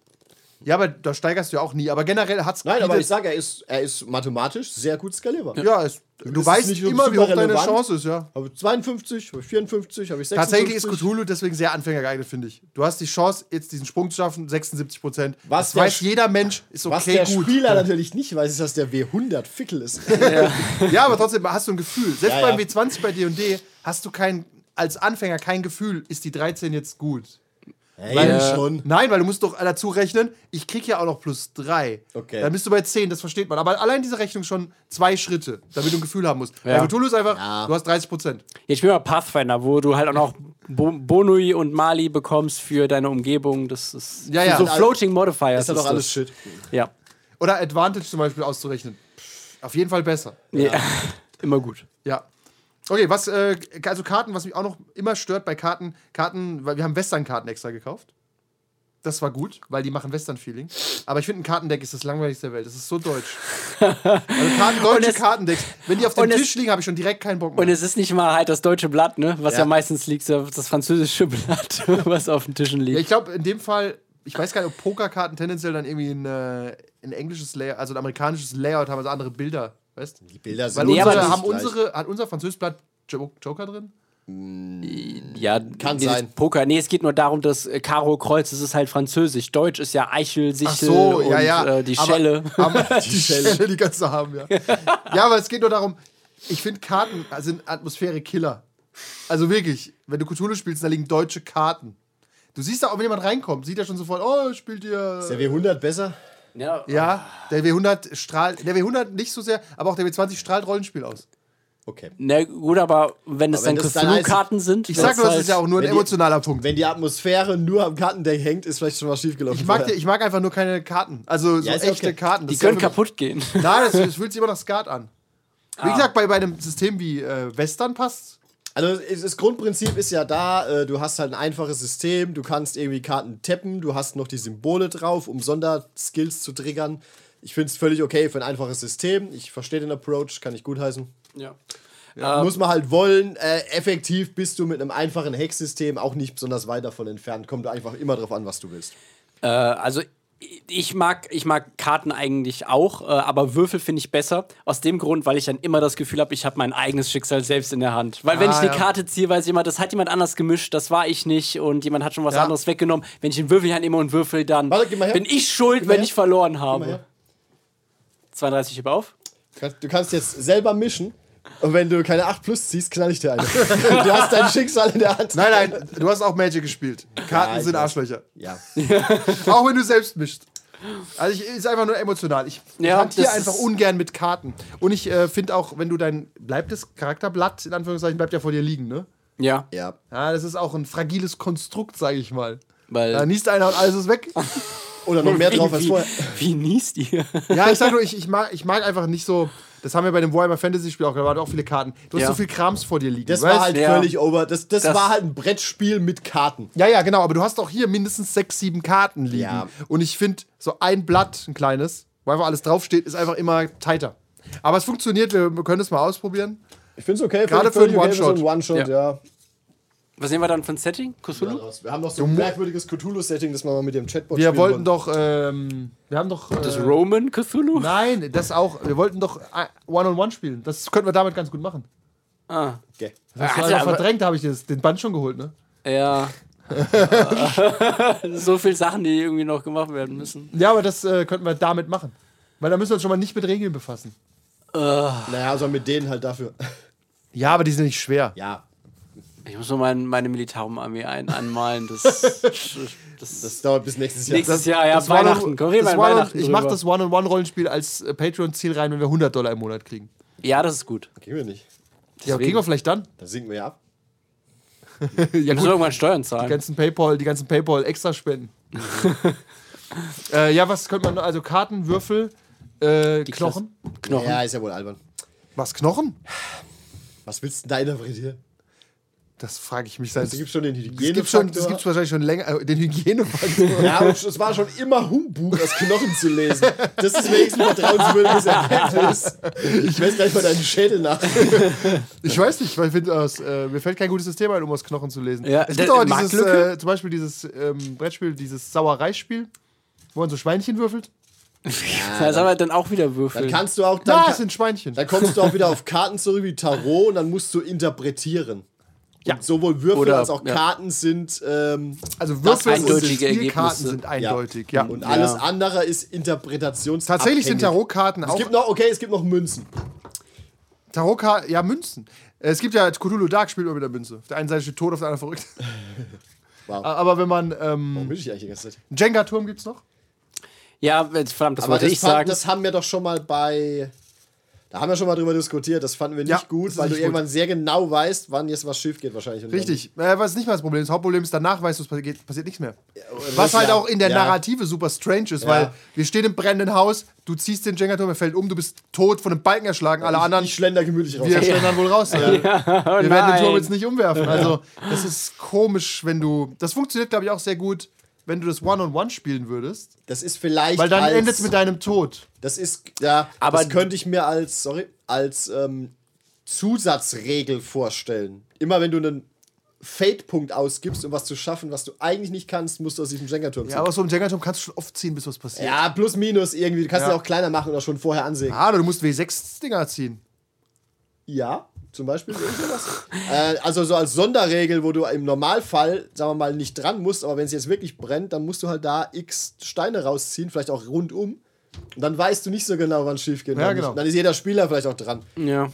Ja, aber da steigerst du ja auch nie. Aber generell hat es.
Nein, aber ich sage, er ist, er ist mathematisch sehr gut skalierbar.
Ja, es, du
ist
weißt
nicht so
immer, wie hoch
super
deine
relevant.
Chance ist, ja.
Habe ich 52, habe ich 54, habe ich 56.
Tatsächlich ist Cthulhu deswegen sehr anfängergeeignet, finde ich. Du hast die Chance, jetzt diesen Sprung zu schaffen, 76 Prozent.
Was
Das
der
weiß
Sch-
jeder Mensch, ist
Was
okay,
der
gut.
Spieler natürlich nicht weiß, ist, dass der W100 Fickel ist.
Ja, aber trotzdem hast du ein Gefühl. Selbst
Ja,
beim
ja.
W20 bei D&D hast du kein, als Anfänger kein Gefühl, ist die 13 jetzt gut.
Hey,
Weil-
schon.
Nein, weil du musst doch dazu rechnen, ich krieg ja auch noch plus 3.
Okay.
Dann bist du bei 10, das versteht man. Aber allein diese Rechnung schon zwei Schritte, damit du ein Gefühl haben musst.
Ja.
Bei Cthulhu ist einfach,
Ja.
du hast 30 Prozent.
Ich spiele mal Pathfinder, wo du halt auch noch Bo Bonui und Mali bekommst für deine Umgebung. Das ist
Ja, ja.
so Floating Modifiers.
ist ja doch alles Shit.
das. Ja.
Oder Advantage zum Beispiel auszurechnen. Pff, Auf jeden Fall besser.
ja. Immer gut.
Ja. Okay, was, äh, also Karten, was mich auch noch immer stört bei Karten, Karten, weil wir haben Western-Karten extra gekauft. Das war gut, weil die machen Western-Feeling. Aber ich finde, ein Kartendeck ist das langweiligste der Welt. Das ist so deutsch. Also Karten, deutsche
es-
Kartendecks. Wenn die auf dem
und es-
Tisch liegen, habe ich schon direkt keinen Bock
Und
mehr.
es ist nicht mal halt das deutsche Blatt, ne? Was ja,
Ja.
meistens liegt, so das französische Blatt, was auf den Tischen
Ja,
liegt.
ich glaube, in dem Fall, ich weiß gar nicht, ob Pokerkarten tendenziell dann irgendwie ein, äh, ein englisches Layout, also ein amerikanisches Layout haben, also andere Bilder. Weißt
Die Bilder sind
Weil
Nee, aber
unsere,
das
haben
gleich.
unsere, hat unser französisches Blatt Jo- Joker drin?
Ja, Ja,
Kann
dieses
sein.
Poker. Nee, es geht nur darum, dass äh, Karo Kreuz, das ist halt französisch. Deutsch ist ja Eichel,
Ach
Sichel
so,
und
ja, ja.
Äh, die
aber,
Schelle.
Aber die,
Schelle.
Schelle, die kannst du haben, ja. ja, aber es geht nur darum, ich finde Karten sind Atmosphäre-Killer. Also wirklich, wenn du Cthulhu spielst, da liegen deutsche Karten. Du siehst da auch, wenn jemand reinkommt, sieht er schon sofort, oh, spielt ihr.
Der W100 besser?
ja,
Ja, der W100 strahlt, der W100 nicht so sehr, aber auch der W20 strahlt Rollenspiel aus.
Okay.
Na gut, aber wenn es
Aber wenn
dann
das dann
Cthulhu-Karten sind. halt-
Ich sag nur, das ist ja auch nur ein
wenn die-
emotionaler Punkt.
Wenn die Atmosphäre nur am Kartendeck hängt, ist vielleicht schon was schiefgelaufen.
Ich mag,
vorher.
die- ich mag einfach nur keine Karten. Also so
Ja, ist ja
echte
okay.
Karten.
Die
Das ist ja
können
für mich-
kaputt Ah. gehen.
Nein, das, das fühlt sich immer nach Skat an. Wie gesagt, bei, bei einem System wie äh, Western passt.
Also es- das Grundprinzip ist ja da, äh, du hast halt ein einfaches System, du kannst irgendwie Karten tappen, du hast noch die Symbole drauf, um Sonderskills zu triggern. Ich finde es völlig okay für ein einfaches System. Ich verstehe den Approach, kann ich gutheißen.
ja.
Muss man halt wollen. Äh, effektiv bist du mit einem einfachen Hex-System auch nicht besonders weit davon entfernt. Kommt einfach immer drauf an, was du willst.
also ich mag, ich mag Karten eigentlich auch, äh, aber Würfel finde ich besser. Aus dem Grund, weil ich dann immer das Gefühl habe, ich habe mein eigenes Schicksal selbst in der Hand. Weil wenn
Ah,
ich eine
ja.
Karte ziehe, weiß ich immer, das hat jemand anders gemischt, das war ich nicht und jemand hat schon was
Ja.
anderes weggenommen. Wenn ich einen Würfel hernehme und würfel, dann
Warte, gib mal her.
bin ich schuld,
mal
wenn
her.
ich verloren
mal
habe.
her.
32 über auf.
Du kannst- Du kannst jetzt selber mischen und wenn du keine 8 plus ziehst, knall ich dir eine. du hast dein Schicksal in der Hand.
Nein, nein, du hast auch Magic gespielt. Karten
Ja, ich
sind
weiß.
Arschlöcher.
Ja.
Auch wenn du selbst mischt. Also ich ist einfach nur emotional. Ich
Ja,
hantiere
das
einfach
ist-
ungern mit Karten. Und ich äh, finde auch, wenn du dein bleibt das Charakterblatt in Anführungszeichen bleibt ja vor dir liegen, ne?
Ja.
Ja.
Ja, das ist auch ein fragiles Konstrukt, sage ich mal.
Weil-
da niest einer und alles ist weg.
Oder noch mehr drauf als
wie,
vorher.
wie niest ihr?
Ja, ich sag nur, ich, ich, mag, ich mag einfach nicht so. Das haben wir bei dem Warhammer Fantasy Spiel auch, da waren auch viele Karten. Du hast
Ja.
so viel Krams vor dir liegen.
Das
weißt?
war halt
ja.
völlig over. Das, das,
Das-
war halt ein Brettspiel mit Karten.
Ja, ja, genau, aber du hast auch hier mindestens sechs, sieben Karten liegen.
Ja.
Und ich finde, so ein Blatt, ein kleines, wo einfach alles draufsteht, ist einfach immer tighter. Aber es funktioniert, wir wir können es mal ausprobieren.
Ich finde es okay.
Gerade
völlig
für einen
okay
One-Shot.
so einen One-Shot, ja.
Was nehmen wir dann für ein Setting? Cthulhu?
Wir haben noch so ein merkwürdiges Cthulhu-Setting, das wir mal mit dem Chatbot
Wir
spielen
wollten doch, ähm, wir haben doch. Äh,
Das Roman Cthulhu?
Nein, das auch. Wir wollten doch äh, One-on-One spielen. Das könnten wir damit ganz gut machen.
Okay.
Das
Ah,
war
hat er
einfach
aber-
verdrängt, da habe ich das, den Band schon geholt, ne?
Ja. so viel Sachen, die irgendwie noch gemacht werden müssen.
Ja, aber das äh, könnten wir damit machen. Weil da müssen wir uns schon mal nicht mit Regeln befassen.
Naja, also mit denen halt dafür.
Ja, aber die sind nicht schwer.
Ja.
Ich muss nur mein, meine Militarumarmee ein, anmalen. Das, das,
Das dauert bis nächstes Jahr.
nächstes Jahr, ja,
Das
Weihnachten.
One-on-
Komm, reden wir
das
an
One-on-
Weihnachten.
ich mache
drüber.
das One-on-One-Rollenspiel als äh, Patreon-Ziel rein, wenn wir 100 Dollar im Monat kriegen.
Ja, das ist gut.
Kriegen wir nicht.
Ja,
Deswegen.
kriegen wir vielleicht dann.
Da sinken wir ja ab.
ja,
Wir müssen
gut.
irgendwann Steuern
Die
zahlen.
ganzen Paypal, die ganzen Paypal extra spenden. äh, ja, was könnte man noch? Also Karten, Würfel, äh, Knochen.
Knochen.
Ja, ist ja wohl albern.
Was, Knochen?
Was willst du denn da interpretieren?
Das frage ich mich seit.
Es gibt schon den
Das gibt schon,
Hygienefaktor.
das gibt's wahrscheinlich schon länger, äh, den Hygienefaktor.
Ja, und es war schon immer Humbug, aus Knochen zu lesen. Das ist wenigstens ein vertrauenswürdiges Ergebnis. Ich weiß gleich mal deinen Schädel nach.
Ich weiß nicht, weil ich find, aus, äh, mir fällt kein gutes System ein, um aus Knochen zu lesen.
Ja,
es
der-
gibt auch
Marktlücke?
dieses, äh, zum Beispiel dieses ähm, Brettspiel, dieses Sauereispiel, wo man so Schweinchen würfelt.
Da haben wir dann auch wieder Würfel.
Dann kannst du auch dann,
Da
ka-
sind Schweinchen.
dann kommst du auch wieder auf Karten zurück wie Tarot und dann musst du interpretieren.
Ja.
Und sowohl Würfel
Oder-
als auch
ja.
Karten sind ähm,
Also Würfel
Das eindeutige
und Spielkarten
Ergebnisse.
sind eindeutig, ja.
Und alles andere ist Interpretations.
Tatsächlich sind Tarotkarten
Es
auch
gibt noch, okay, es gibt noch Münzen.
Tarotkarten, ja, Münzen. Es gibt ja Cthulhu Dark spielt man mit der Münze. Auf der einen Seite steht tot, auf der anderen verrückt.
Wow.
Aber wenn man ähm,
Warum bin ich eigentlich die ganze Zeit?
Jenga Turm gibt's noch?
ja, jetzt, verdammt, das
Aber
wollte
das,
ich
fand,
sagen.
das haben wir doch schon mal bei. Da haben wir schon mal drüber diskutiert. Das fanden wir nicht
Ja, das
gut,
ist
weil du
nicht gut.
irgendwann sehr genau weißt, wann jetzt was schief geht wahrscheinlich. Und
Richtig. Äh, was nicht mal das Problem ist. Hauptproblem ist, danach weißt du, es passiert, passiert nichts mehr.
dann-
Was halt
Ja.
auch in der
Ja.
Narrative super strange ist, weil wir stehen im brennenden Haus, du ziehst den Jenga-Turm, er fällt um, du bist tot von einem Balken erschlagen, alle anderen,
Ich schlender gemütlich raus.
wir stellen dann wohl raus. Also, wir werden
Oh,
den
nein.
Turm jetzt nicht umwerfen. Also, das ist komisch, wenn du. Das funktioniert, glaube ich, auch sehr gut, wenn du das One-on-One spielen würdest,
Das ist vielleicht.
weil dann
als-
endet es mit deinem Tod.
Das ist, ja,
Aber-
das könnte ich mir als, sorry, als ähm, Zusatzregel vorstellen. Immer wenn du einen Fate-Punkt ausgibst, um was zu schaffen, was du eigentlich nicht kannst, musst du aus diesem Jenga-Turm
Ja,
ziehen.
aber so im Jenga-Turm kannst du schon oft ziehen, bis was passiert.
Ja, plus minus irgendwie. Du kannst
Ja.
ihn auch kleiner machen oder schon vorher ansägen.
Ah, du musst W6-Dinger ziehen.
Ja, zum Beispiel. irgend sowas. äh, also so als Sonderregel, wo du im Normalfall, sagen wir mal, nicht dran musst, aber wenn es jetzt wirklich brennt, dann musst du halt da x Steine rausziehen, vielleicht auch rundum. Und dann weißt du nicht so genau, wann schief geht.
Ja,
wann
genau.
nicht. Dann ist jeder Spieler vielleicht auch dran.
Ja.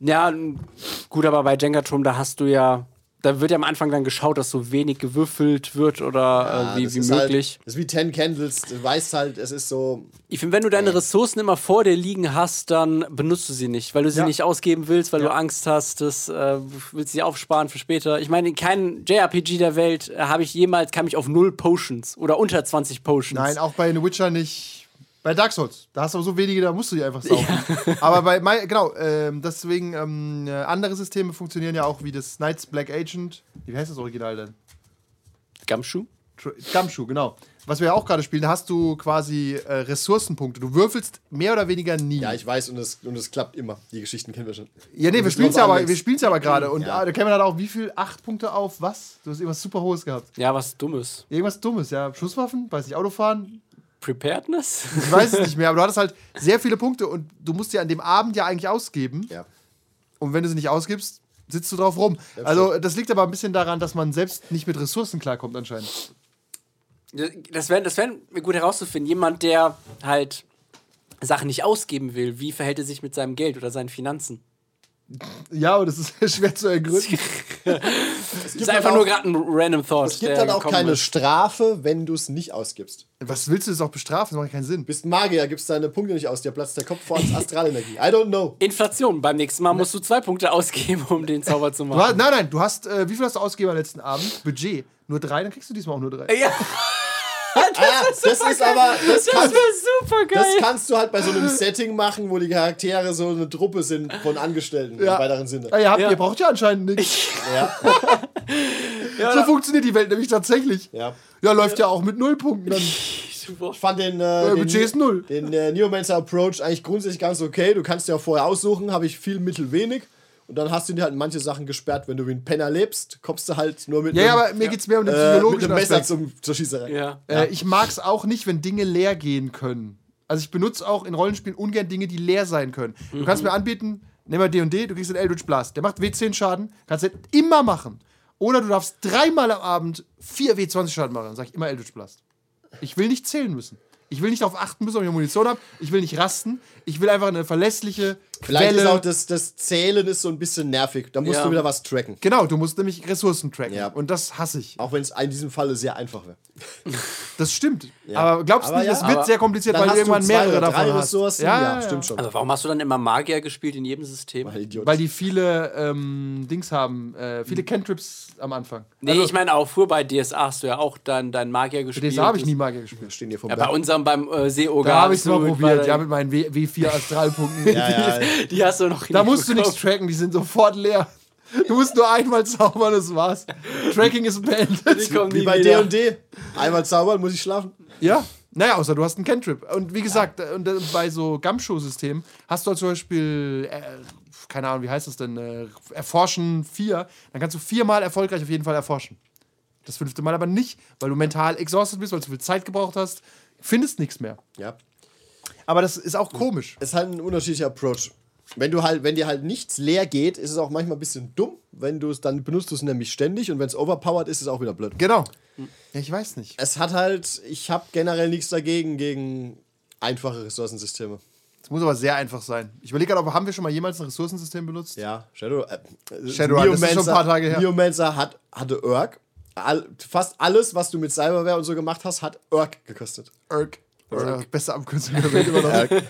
Ja, n- gut, aber bei Jenga-Turm, da hast du ja, da wird ja am Anfang dann geschaut, dass so wenig gewürfelt wird oder
Ja,
äh, wie,
das
wie
ist halt-
möglich.
Das ist wie Ten Candles. Du weißt halt, es ist so.
Ich finde, wenn du deine Ressourcen immer vor dir liegen hast, dann benutzt du sie nicht, weil du sie
Ja.
nicht ausgeben willst, weil du Angst hast, das äh, willst sie aufsparen für später. Ich meine, in keinem JRPG der Welt äh, habe ich jemals, kam ich auf null Potions oder unter 20 Potions.
Nein, auch bei The Witcher nicht. Bei Dark Souls, da hast du aber so wenige, da musst du die einfach saugen. Aber bei, mein- genau, ähm, deswegen, ähm, äh, andere Systeme funktionieren ja auch wie das Knights Black Agent. Wie heißt das Original denn?
Gamschuh?
Tr- Gumshoe, genau. Was wir ja auch gerade spielen, da hast du quasi äh, Ressourcenpunkte. Du würfelst mehr oder weniger nie.
Ja, ich weiß und es, und es klappt immer. Die Geschichten kennen wir schon.
Ja, nee, wir
müssen
spielen es
uns
ja aber,
anlegen.
wir spielen's ja aber gerade. Und
Ja.
ah, der Cameron hat auch wie viel? Acht Punkte auf was? Du hast irgendwas super hohes gehabt.
Ja, was Dummes.
Irgendwas Dummes, ja. Schusswaffen, weiß nicht, Autofahren,
Preparedness?
ich weiß es nicht mehr. Aber du hattest halt sehr viele Punkte und du musst die an dem Abend ja eigentlich ausgeben.
Ja.
Und wenn du sie nicht ausgibst, sitzt du drauf rum. Also das liegt aber ein bisschen daran, dass man selbst nicht mit Ressourcen klarkommt anscheinend.
Das wäre das wär gut herauszufinden. Jemand, der halt Sachen nicht ausgeben will, wie verhält er sich mit seinem Geld oder seinen Finanzen?
Ja, und das ist sehr schwer zu ergründen.
Es
Das
gibt
ist einfach
dann
nur
auch,
gerade ein random Thought.
es gibt
der
dann auch
gekommen
keine
ist.
Strafe, wenn du es nicht ausgibst.
Was willst du jetzt auch bestrafen? Das macht keinen Sinn.
Bist ein Magier, gibst deine Punkte nicht aus, dir platzt der Kopf vor als Astralenergie. I don't know.
Inflation. Beim nächsten Mal musst du zwei Punkte ausgeben, um den Zauber zu
Ne. Du
machen.
hast, nein, nein, du hast, äh, wie viel hast du ausgegeben am letzten Abend? Budget. Nur drei, dann kriegst du diesmal auch nur drei.
Ja,
Ah, ja, das ist aber. Das,
das
kannst,
wäre super
das
geil.
kannst du halt bei so einem Setting machen, wo die Charaktere so eine Truppe sind von Angestellten im weiteren
Ah,
Sinne.
ihr, habt,
Ja.
ihr braucht ja anscheinend nichts. so funktioniert die Welt nämlich tatsächlich.
Ja.
Ja, läuft ja auch mit null Punkten dann.
Super.
Ich fand den, äh, den,
Budget ist null.
den äh, Neomancer Approach eigentlich grundsätzlich ganz okay. Du kannst dir auch vorher aussuchen, habe ich viel, mittel, wenig. Und dann hast du dir halt manche Sachen gesperrt. Wenn du wie ein Penner lebst, kommst du halt nur mit
Ja, ja,
einem,
aber mir geht's mehr um den
äh, mit
psychologischen
einem Messer
Aspekt.
zum, zur Schießerei.
Ja.
Äh, ich mag es auch nicht, wenn Dinge leer gehen können. Also ich benutze auch in Rollenspielen ungern Dinge, die leer sein können. Du
Mhm.
kannst mir anbieten, nimm mal D&D, du kriegst den Eldritch Blast. Der macht W10 Schaden, kannst du immer machen. Oder du darfst dreimal am Abend vier W20 Schaden machen. Dann sag ich immer Eldritch Blast. Ich will nicht zählen müssen. Ich will nicht darauf achten müssen, ob ich Munition habe. Ich will nicht rasten. Ich will einfach eine verlässliche
Vielleicht
Quelle.
ist auch das, das Zählen ist so ein bisschen nervig. Da musst
Ja.
du wieder was tracken.
genau, du musst nämlich Ressourcen tracken.
Ja.
Und das hasse ich.
Auch wenn es in diesem Falle sehr einfach wäre.
Das stimmt. Aber glaubst du
Aber
nicht,
ja.
es wird
Aber
sehr kompliziert,
Dann
weil du
hast du
irgendwann
zwei
mehrere
oder drei
davon hast.
Ressourcen.
Ja,
Ja,
ja, ja.
stimmt schon.
Aber warum hast du dann immer Magier gespielt in jedem System?
Idiot.
Weil die viele ähm, Dings haben, äh, viele Cantrips am Anfang.
Hm. Nee, ich meine auch, früher bei DSA hast du ja auch dein, dein Magier gespielt.
DSA habe ich nie Magier gespielt.
stehen hier vom
Ja, bei
Berg.
unserem, beim äh, Seeogar.
Da habe ich es mal
hast du-
probiert,
bei-
ja, mit meinen W- W4 Astralpunkten.
Ja, ja,
Die hast du noch
Da
nicht
musst du nichts
bekommen.
tracken, die sind sofort leer. Du musst nur einmal zaubern, das war's. Tracking ist beendet.
Die kommen
wie
nie
bei
wieder.
D&D. Einmal zaubern, muss ich schlafen.
Ja, naja, außer du hast einen Cantrip. Und wie gesagt, äh, und, äh, bei so Gumshoe-Systemen hast du halt zum Beispiel, äh, keine Ahnung, wie heißt das denn, äh, Erforschen 4, dann kannst du viermal erfolgreich auf jeden Fall erforschen. Das fünfte Mal aber nicht, weil du mental exhausted bist, weil du zu viel Zeit gebraucht hast, findest nichts mehr.
Ja.
Aber das ist auch komisch.
ist halt ein unterschiedlicher Approach. Wenn du halt, wenn dir halt nichts leer geht, ist es auch manchmal ein bisschen dumm. Wenn du es, dann benutzt du es nämlich ständig und wenn es overpowered ist, ist es auch wieder blöd.
Genau. Ja, ich weiß nicht.
Es hat halt, ich habe generell nichts dagegen gegen einfache Ressourcensysteme.
Es muss aber sehr einfach sein. Ich überlege gerade, ob- haben wir schon mal jemals ein Ressourcensystem benutzt?
Ja, Shadow. Äh,
Shadowrun, das ist schon ein paar Tage her.
Neomancer hat, hatte Urk. All, fast alles, was du mit Cyberware und so gemacht hast, hat Urk gekostet.
Erk. Erk. Beste Abkürzung der Welt immer noch.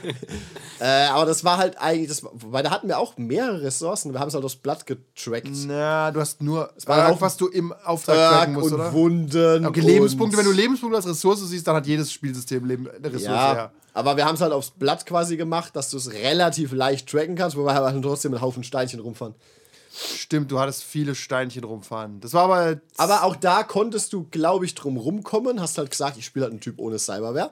Äh, aber das war halt eigentlich, das, war- wobei da hatten wir auch mehrere Ressourcen. Wir haben es halt aufs Blatt getrackt.
Na, du hast nur
war ein
Erk,
Haufen-
was du im Auftrag
Urk
Hm. tracken musst,
und
oder?
Wunden.
Okay,
und
Lebenspunkte, wenn du Lebenspunkte als Ressource siehst, dann hat jedes Spielsystem Leben, äh, eine Ressource.
Ja,
Ja.
aber wir haben es halt aufs Blatt quasi gemacht, dass du es relativ leicht tracken kannst, wobei wir halt trotzdem einen Haufen Steinchen rumfahren.
Stimmt, du hattest viele Steinchen rumfahren. Das war aber.
Aber auch da konntest du, glaube ich, drum rumkommen. Hast halt gesagt, ich spiele halt einen Typ ohne Cyberware.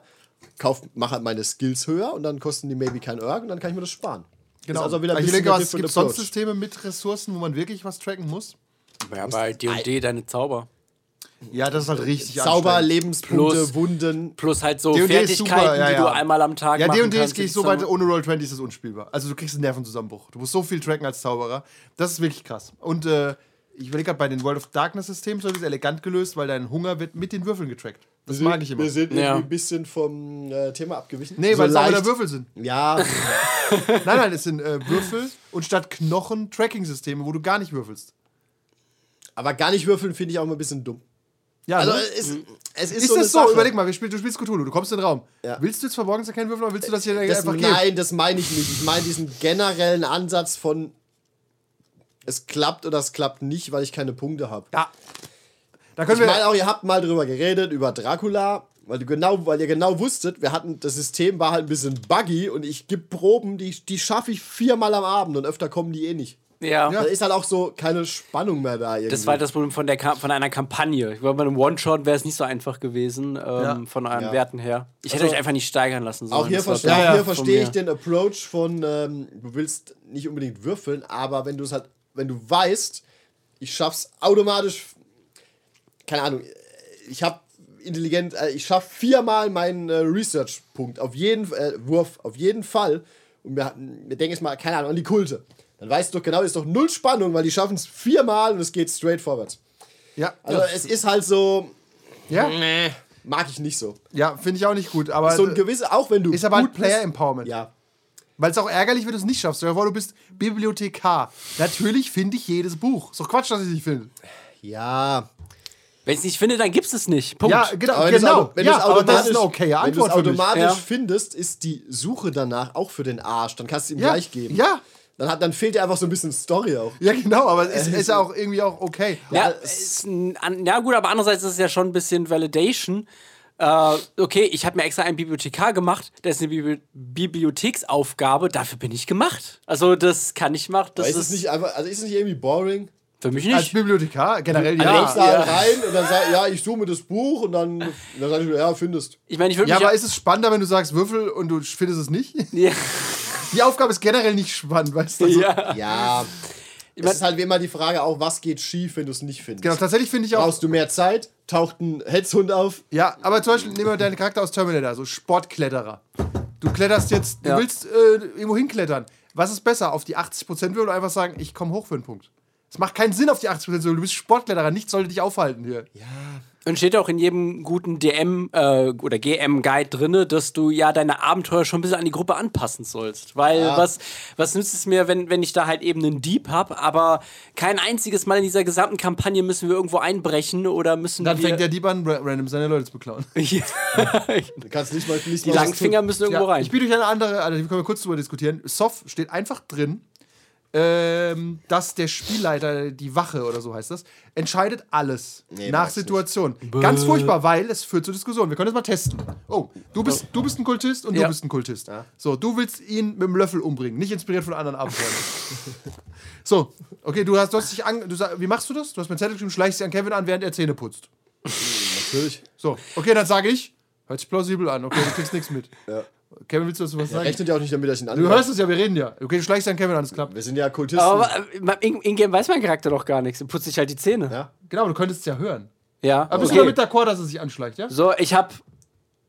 Kauf, mach halt meine Skills höher und dann kosten die maybe kein Erg und dann kann ich mir das sparen.
genau.
Ist also wieder ein
ich
bisschen
denke,
der
es gibt
different
sonst
approach.
Systeme mit Ressourcen, wo man wirklich was tracken muss.
Ja, bei D&D deine Zauber.
Ja, das ist halt richtig
Sauber,
anstrengend.
Lebenspunkte,
Plus-
Wunden.
Plus halt so
D&D ist
Fertigkeiten,
super, ja,
die du
ja.
einmal am Tag
Ja,
machen
D&D
kannst.
ist- gehe ich
die
so weit,
zusammen-
ohne Roll20 ist das unspielbar. Also du kriegst einen Nervenzusammenbruch. Du musst so viel tracken als Zauberer. Das ist wirklich krass. Und äh, ich überlege gerade, bei den World of Darkness Systems wird es elegant gelöst, weil dein Hunger wird mit den Würfeln getrackt. Das mag ich immer.
Wir sind
Ja.
irgendwie ein bisschen vom äh, Thema abgewichen.
Nee, weil es auch
leicht-
wieder Würfel sind.
Ja,
Nein, nein, es sind äh, Würfel und statt Knochen Tracking-Systeme, wo du gar nicht würfelst.
aber gar nicht würfeln finde ich auch mal ein bisschen dumm.
Ja,
Also
ne?
es, es ist,
ist
so eine
das so?
Sache.
Überleg mal, wir spiel, du spielst Cthulhu, du kommst in den Raum.
Ja.
Willst du jetzt verborgen erkennen würfeln oder willst du das hier
Das,
einfach geben?
nein, das meine ich nicht. Ich meine diesen generellen Ansatz von es klappt oder es klappt nicht, weil ich keine Punkte habe.
Ja. Da können
Ich
wir.
meine auch, ihr habt mal drüber geredet, über Dracula, weil, du genau, weil ihr genau wusstet, wir hatten, das System war halt ein bisschen buggy und ich gebe Proben, die, die schaffe ich viermal am Abend und öfter kommen die eh nicht.
Ja.
Da ist halt auch so keine Spannung mehr da irgendwie.
Das war das Problem von, der Ka- von einer Kampagne. Ich glaube, bei einem One-Shot wäre es nicht so einfach gewesen, ähm, von euren
Ja.
Werten her. Ich hätte
Also,
euch einfach nicht steigern lassen sollen.
Auch hier,
Das war
verste
dumm
auch
ja,
hier
von
verstehe
mir.
ich den Approach von, ähm, du willst nicht unbedingt würfeln, aber wenn du es halt, wenn du weißt, ich schaff's automatisch, keine Ahnung, ich habe intelligent, äh, ich schaff viermal meinen äh, Research-Punkt, auf jeden äh, Wurf, auf jeden Fall. Und wir, wir denken jetzt mal, keine Ahnung, an die Kulte. Dann weißt du doch genau, ist doch null Spannung, weil die schaffen es viermal und es geht straight vorwärts.
Ja,
Also es ist halt so,
ja,
mag ich nicht so.
ja finde ich auch nicht gut. Aber
So ein gewisse, auch wenn du
Also ist aber halt
gut bist-
Player Empowerment.
Ja,
Weil es auch ärgerlich wird, wenn du es nicht schaffst. Stell dir vor, du bist Bibliothekar. Natürlich finde ich jedes Buch. Ist doch Quatsch, dass ich es nicht finde.
ja.
Wenn ich es nicht finde, dann gibt es es nicht. Punkt.
Ja, genau.
Aber wenn du's
genau.
auto- wenn
ja,
du's
aber das ist eine
automatisch-
okaye
Wenn du es
Antwort für mich.
automatisch
Ja.
findest, ist die Suche danach auch für den Arsch. Dann kannst du ihm
Ja,
gleich geben.
ja.
Dann, hat, dann fehlt dir einfach so ein bisschen Story auch.
Ja, genau, aber es ist, ist ja auch irgendwie auch okay.
Ja, ist ein, an, ja, gut, aber andererseits ist es ja schon ein bisschen Validation. Äh, okay, ich habe mir extra einen Bibliothekar gemacht, das ist eine Bibli Bibliotheksaufgabe, dafür bin ich gemacht. Also, das kann ich machen. Das
Weil ist
ist,
es nicht einfach, also ist es nicht irgendwie boring?
für mich
Als
nicht.
Bibliothekar generell
Du
ja.
legst da halt rein und dann sagst ja, ich suche mir das Buch und dann, und dann sag ich, ja, findest.
Ich meine, ich würde
Ja,
mich.
aber ist es spannender, wenn du sagst Würfel und du findest es nicht?
ja,
Die Aufgabe ist generell nicht spannend, weißt du? Also,
ja.
Ja.
mein-
es ist halt wie immer die Frage auch, was geht schief, wenn du es nicht findest.
Genau, tatsächlich finde ich auch.
Brauchst du mehr Zeit? Taucht ein Hetzhund auf?
Ja, aber zum Beispiel nehmen wir deinen Charakter aus Terminator, so Sportkletterer. Du kletterst jetzt, du
Ja.
willst äh, irgendwo hinklettern. Was ist besser, auf die 80% will oder einfach sagen, ich komme hoch für einen Punkt? Es macht keinen Sinn auf die 80%, du bist Sportkletterer, nichts sollte dich aufhalten hier.
Und steht auch in jedem guten DM äh, oder GM-Guide drinne, dass du ja deine Abenteuer schon ein bisschen an die Gruppe anpassen sollst. Weil was, was nützt es mir, wenn, wenn ich da halt eben einen Dieb habe, aber kein einziges Mal in dieser gesamten Kampagne müssen wir irgendwo einbrechen oder müssen
Dann
wir.
fängt der Dieb an, ra- random seine Leute zu beklauen.
die
Du kannst nicht mal, nicht mal was
Langfinger müssen irgendwo
Ja,
rein.
ich bin durch eine andere, also wir können wir kurz drüber diskutieren. Sof steht einfach drin, ähm, dass der Spielleiter, die Wache oder so heißt das, entscheidet alles nach
mag's nicht.
Situation. Ganz furchtbar, weil es führt zu Diskussionen. Wir können das mal testen. Oh, du bist, du bist ein Kultist und
Ja.
du bist ein Kultist. So, du willst ihn mit dem Löffel umbringen, nicht inspiriert von anderen Abenteuern. so, okay, du hast, du hast dich an, du sag, wie machst du das? Du hast mir einen Zettel geschrieben, schleichst dich an Kevin an, während er Zähne putzt.
tun. Natürlich.
So, okay, dann sage ich, hört sich plausibel an, okay, du kriegst nichts mit. Kevin, willst du dazu was sagen?
Rechnet ja auch nicht damit, dass ich ihn
Du
anmache.
hörst es ja, wir reden ja. Okay, du schleichst an Kevin an, das klappt.
Wir sind ja Kultisten.
aber äh, in, in Game weiß mein Charakter doch gar nichts. Er putzt sich halt die Zähne.
Ja.
Genau, aber du könntest es ja hören.
Ja.
Aber bist
okay.
du damit d'accord, dass er sich anschleicht, ja?
So, ich habe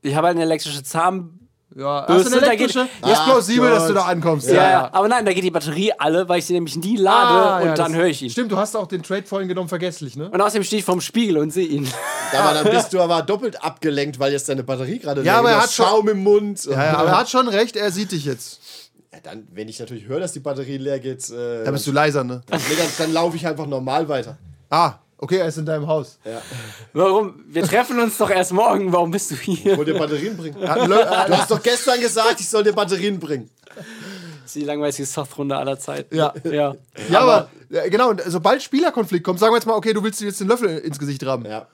ich hab halt eine elektrische Zahn.
Ja.
Bist
Hast du eine
du da geht-
elektrische? Das ist
Ach
plausibel, dass du
Gott.
da ankommst.
Ja, ja, aber nein, da geht die Batterie alle, weil ich sie nämlich nie lade
Ah,
und
ja,
dann
das-
höre ich ihn.
Stimmt, du hast auch den Trade vorhin genommen, vergesslich, ne?
Und außerdem stehe ich vorm Spiegel und sehe ihn.
Aber dann bist du aber doppelt abgelenkt, weil jetzt deine Batterie gerade
Ah, Ja,
leer
aber er
ist.
hat schon-
Schaum im Mund.
Ja, ja, aber er hat schon recht, er sieht dich jetzt.
Ja, dann, wenn ich natürlich höre, dass die Batterie leer geht, äh,
Da bist du leiser, ne?
nee, dann, dann laufe ich einfach normal weiter.
Ah, okay, er ist in deinem Haus.
Warum? Wir treffen uns doch erst morgen. Warum bist du hier?
Wollt dir Batterien bringen?
Er hat einen Lö-
Du hast doch gestern gesagt, ich soll dir Batterien bringen.
Das ist die langweiligste Soft-Runde aller Zeiten.
Ja.
ja.
ja, aber ja, genau, und sobald Spielerkonflikt kommt, sagen wir jetzt mal, okay, du willst dir jetzt den Löffel ins Gesicht rammen.
Ja.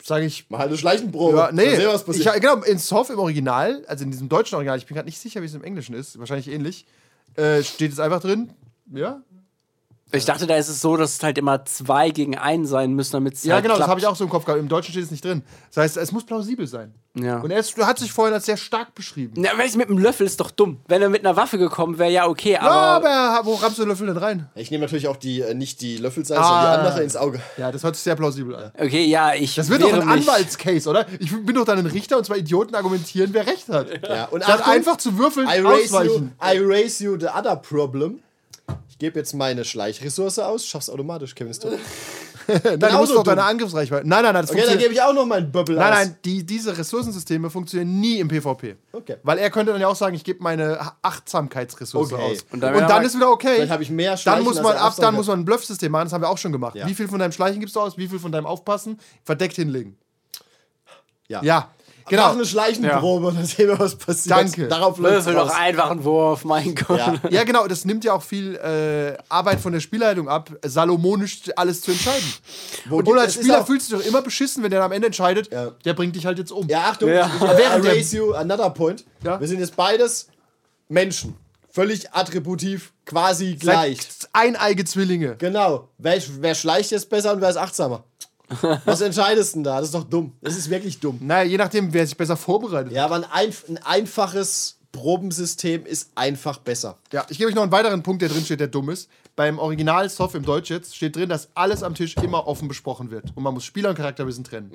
Sag ich,
Mach halt eine Schleichenprobe.
Ja, nee,
Mal sehen, was
ich,
passiert.
genau, in Soft im Original, also in diesem deutschen Original, ich bin gerade nicht sicher, wie es im Englischen ist, wahrscheinlich ähnlich, äh, steht es einfach drin, ja,
Ich dachte, da ist es so, dass es halt immer zwei gegen einen sein müssen, damit es
Ja,
halt
genau, das
klappt.
habe ich auch so im Kopf gehabt. Im Deutschen steht es nicht drin. Das heißt, es muss plausibel sein.
Ja.
Und er ist, hat sich vorhin als sehr stark beschrieben.
Na, weil ich mit einem Löffel ist doch dumm. Wenn er mit einer Waffe gekommen wäre, ja okay, aber,
Aber wo rammst du den Löffel denn rein?
Ich nehme natürlich auch die, äh, nicht die Löffelseite, sondern die
Ah.
andere ins Auge.
Ja, das hört sich sehr plausibel an.
okay, ja, ich
Das wird doch
wehre
ein
mich.
Anwaltscase, oder? Ich bin doch dann ein Richter und zwei Idioten argumentieren, wer recht hat.
Ja, und
Statt
Achtung,
einfach zu würfeln,
I raise, you,
ausweichen.
I raise you the other problem. Ich gebe jetzt meine Schleichressource aus, schaff's automatisch, Kevin ist tot.
Nein, du musst
genauso
doch deine
dumm.
Angriffsreichweite. Nein, nein, nein, das
Okay, dann
funktioniert.
gebe ich auch noch meinen Böbbel
Nein,
aus.
nein, die, diese Ressourcensysteme funktionieren nie im PvP.
Okay.
Weil er könnte dann ja auch sagen, ich gebe meine Ach- Achtsamkeitsressource
Okay.
aus.
Und
dann
Und dann,
wäre aber-
ist wieder okay.
Dann habe ich mehr
Dann
Schleichen,
muss
als
man
er
ab, dann
Achtsamkeit.
muss man ein Bluffsystem machen, das haben wir auch schon gemacht.
Ja.
Wie viel von deinem Schleichen gibst du aus? Wie viel von deinem Aufpassen? Verdeckt hinlegen.
Ja.
Ja,
Mach
genau.
eine Schleichenprobe, dann sehen wir, was passiert.
Danke.
Darauf läuft's
Würfel doch
raus.
einfach einen Wurf, mein Gott.
Ja.
Ja, genau, das nimmt ja auch viel äh, Arbeit von der Spielleitung ab, salomonisch alles zu entscheiden. Und,
gibt-
als
es ist
Spieler
auch-
fühlst du dich doch immer beschissen, wenn der dann am Ende entscheidet,
Ja.
der bringt dich halt jetzt um.
Ja, Achtung,
Ja.
ich äh,
Während der-
raise you another point.
Ja.
Wir sind jetzt beides Menschen. Völlig attributiv, quasi gleich.
Seid Eineige Zwillinge.
Genau. Wer, wer schleicht jetzt besser und wer ist achtsamer? Was entscheidest denn da? Das ist doch dumm. Das ist wirklich dumm.
Naja, je nachdem, wer sich besser vorbereitet.
Ja, aber ein, einf- ein einfaches Probensystem ist einfach besser.
Ja, ich gebe euch noch einen weiteren Punkt, der drin steht, der dumm ist. Beim Original Soft im Deutsch jetzt steht drin, dass alles am Tisch immer offen besprochen wird. Und man muss Spieler und Charakterwissen trennen.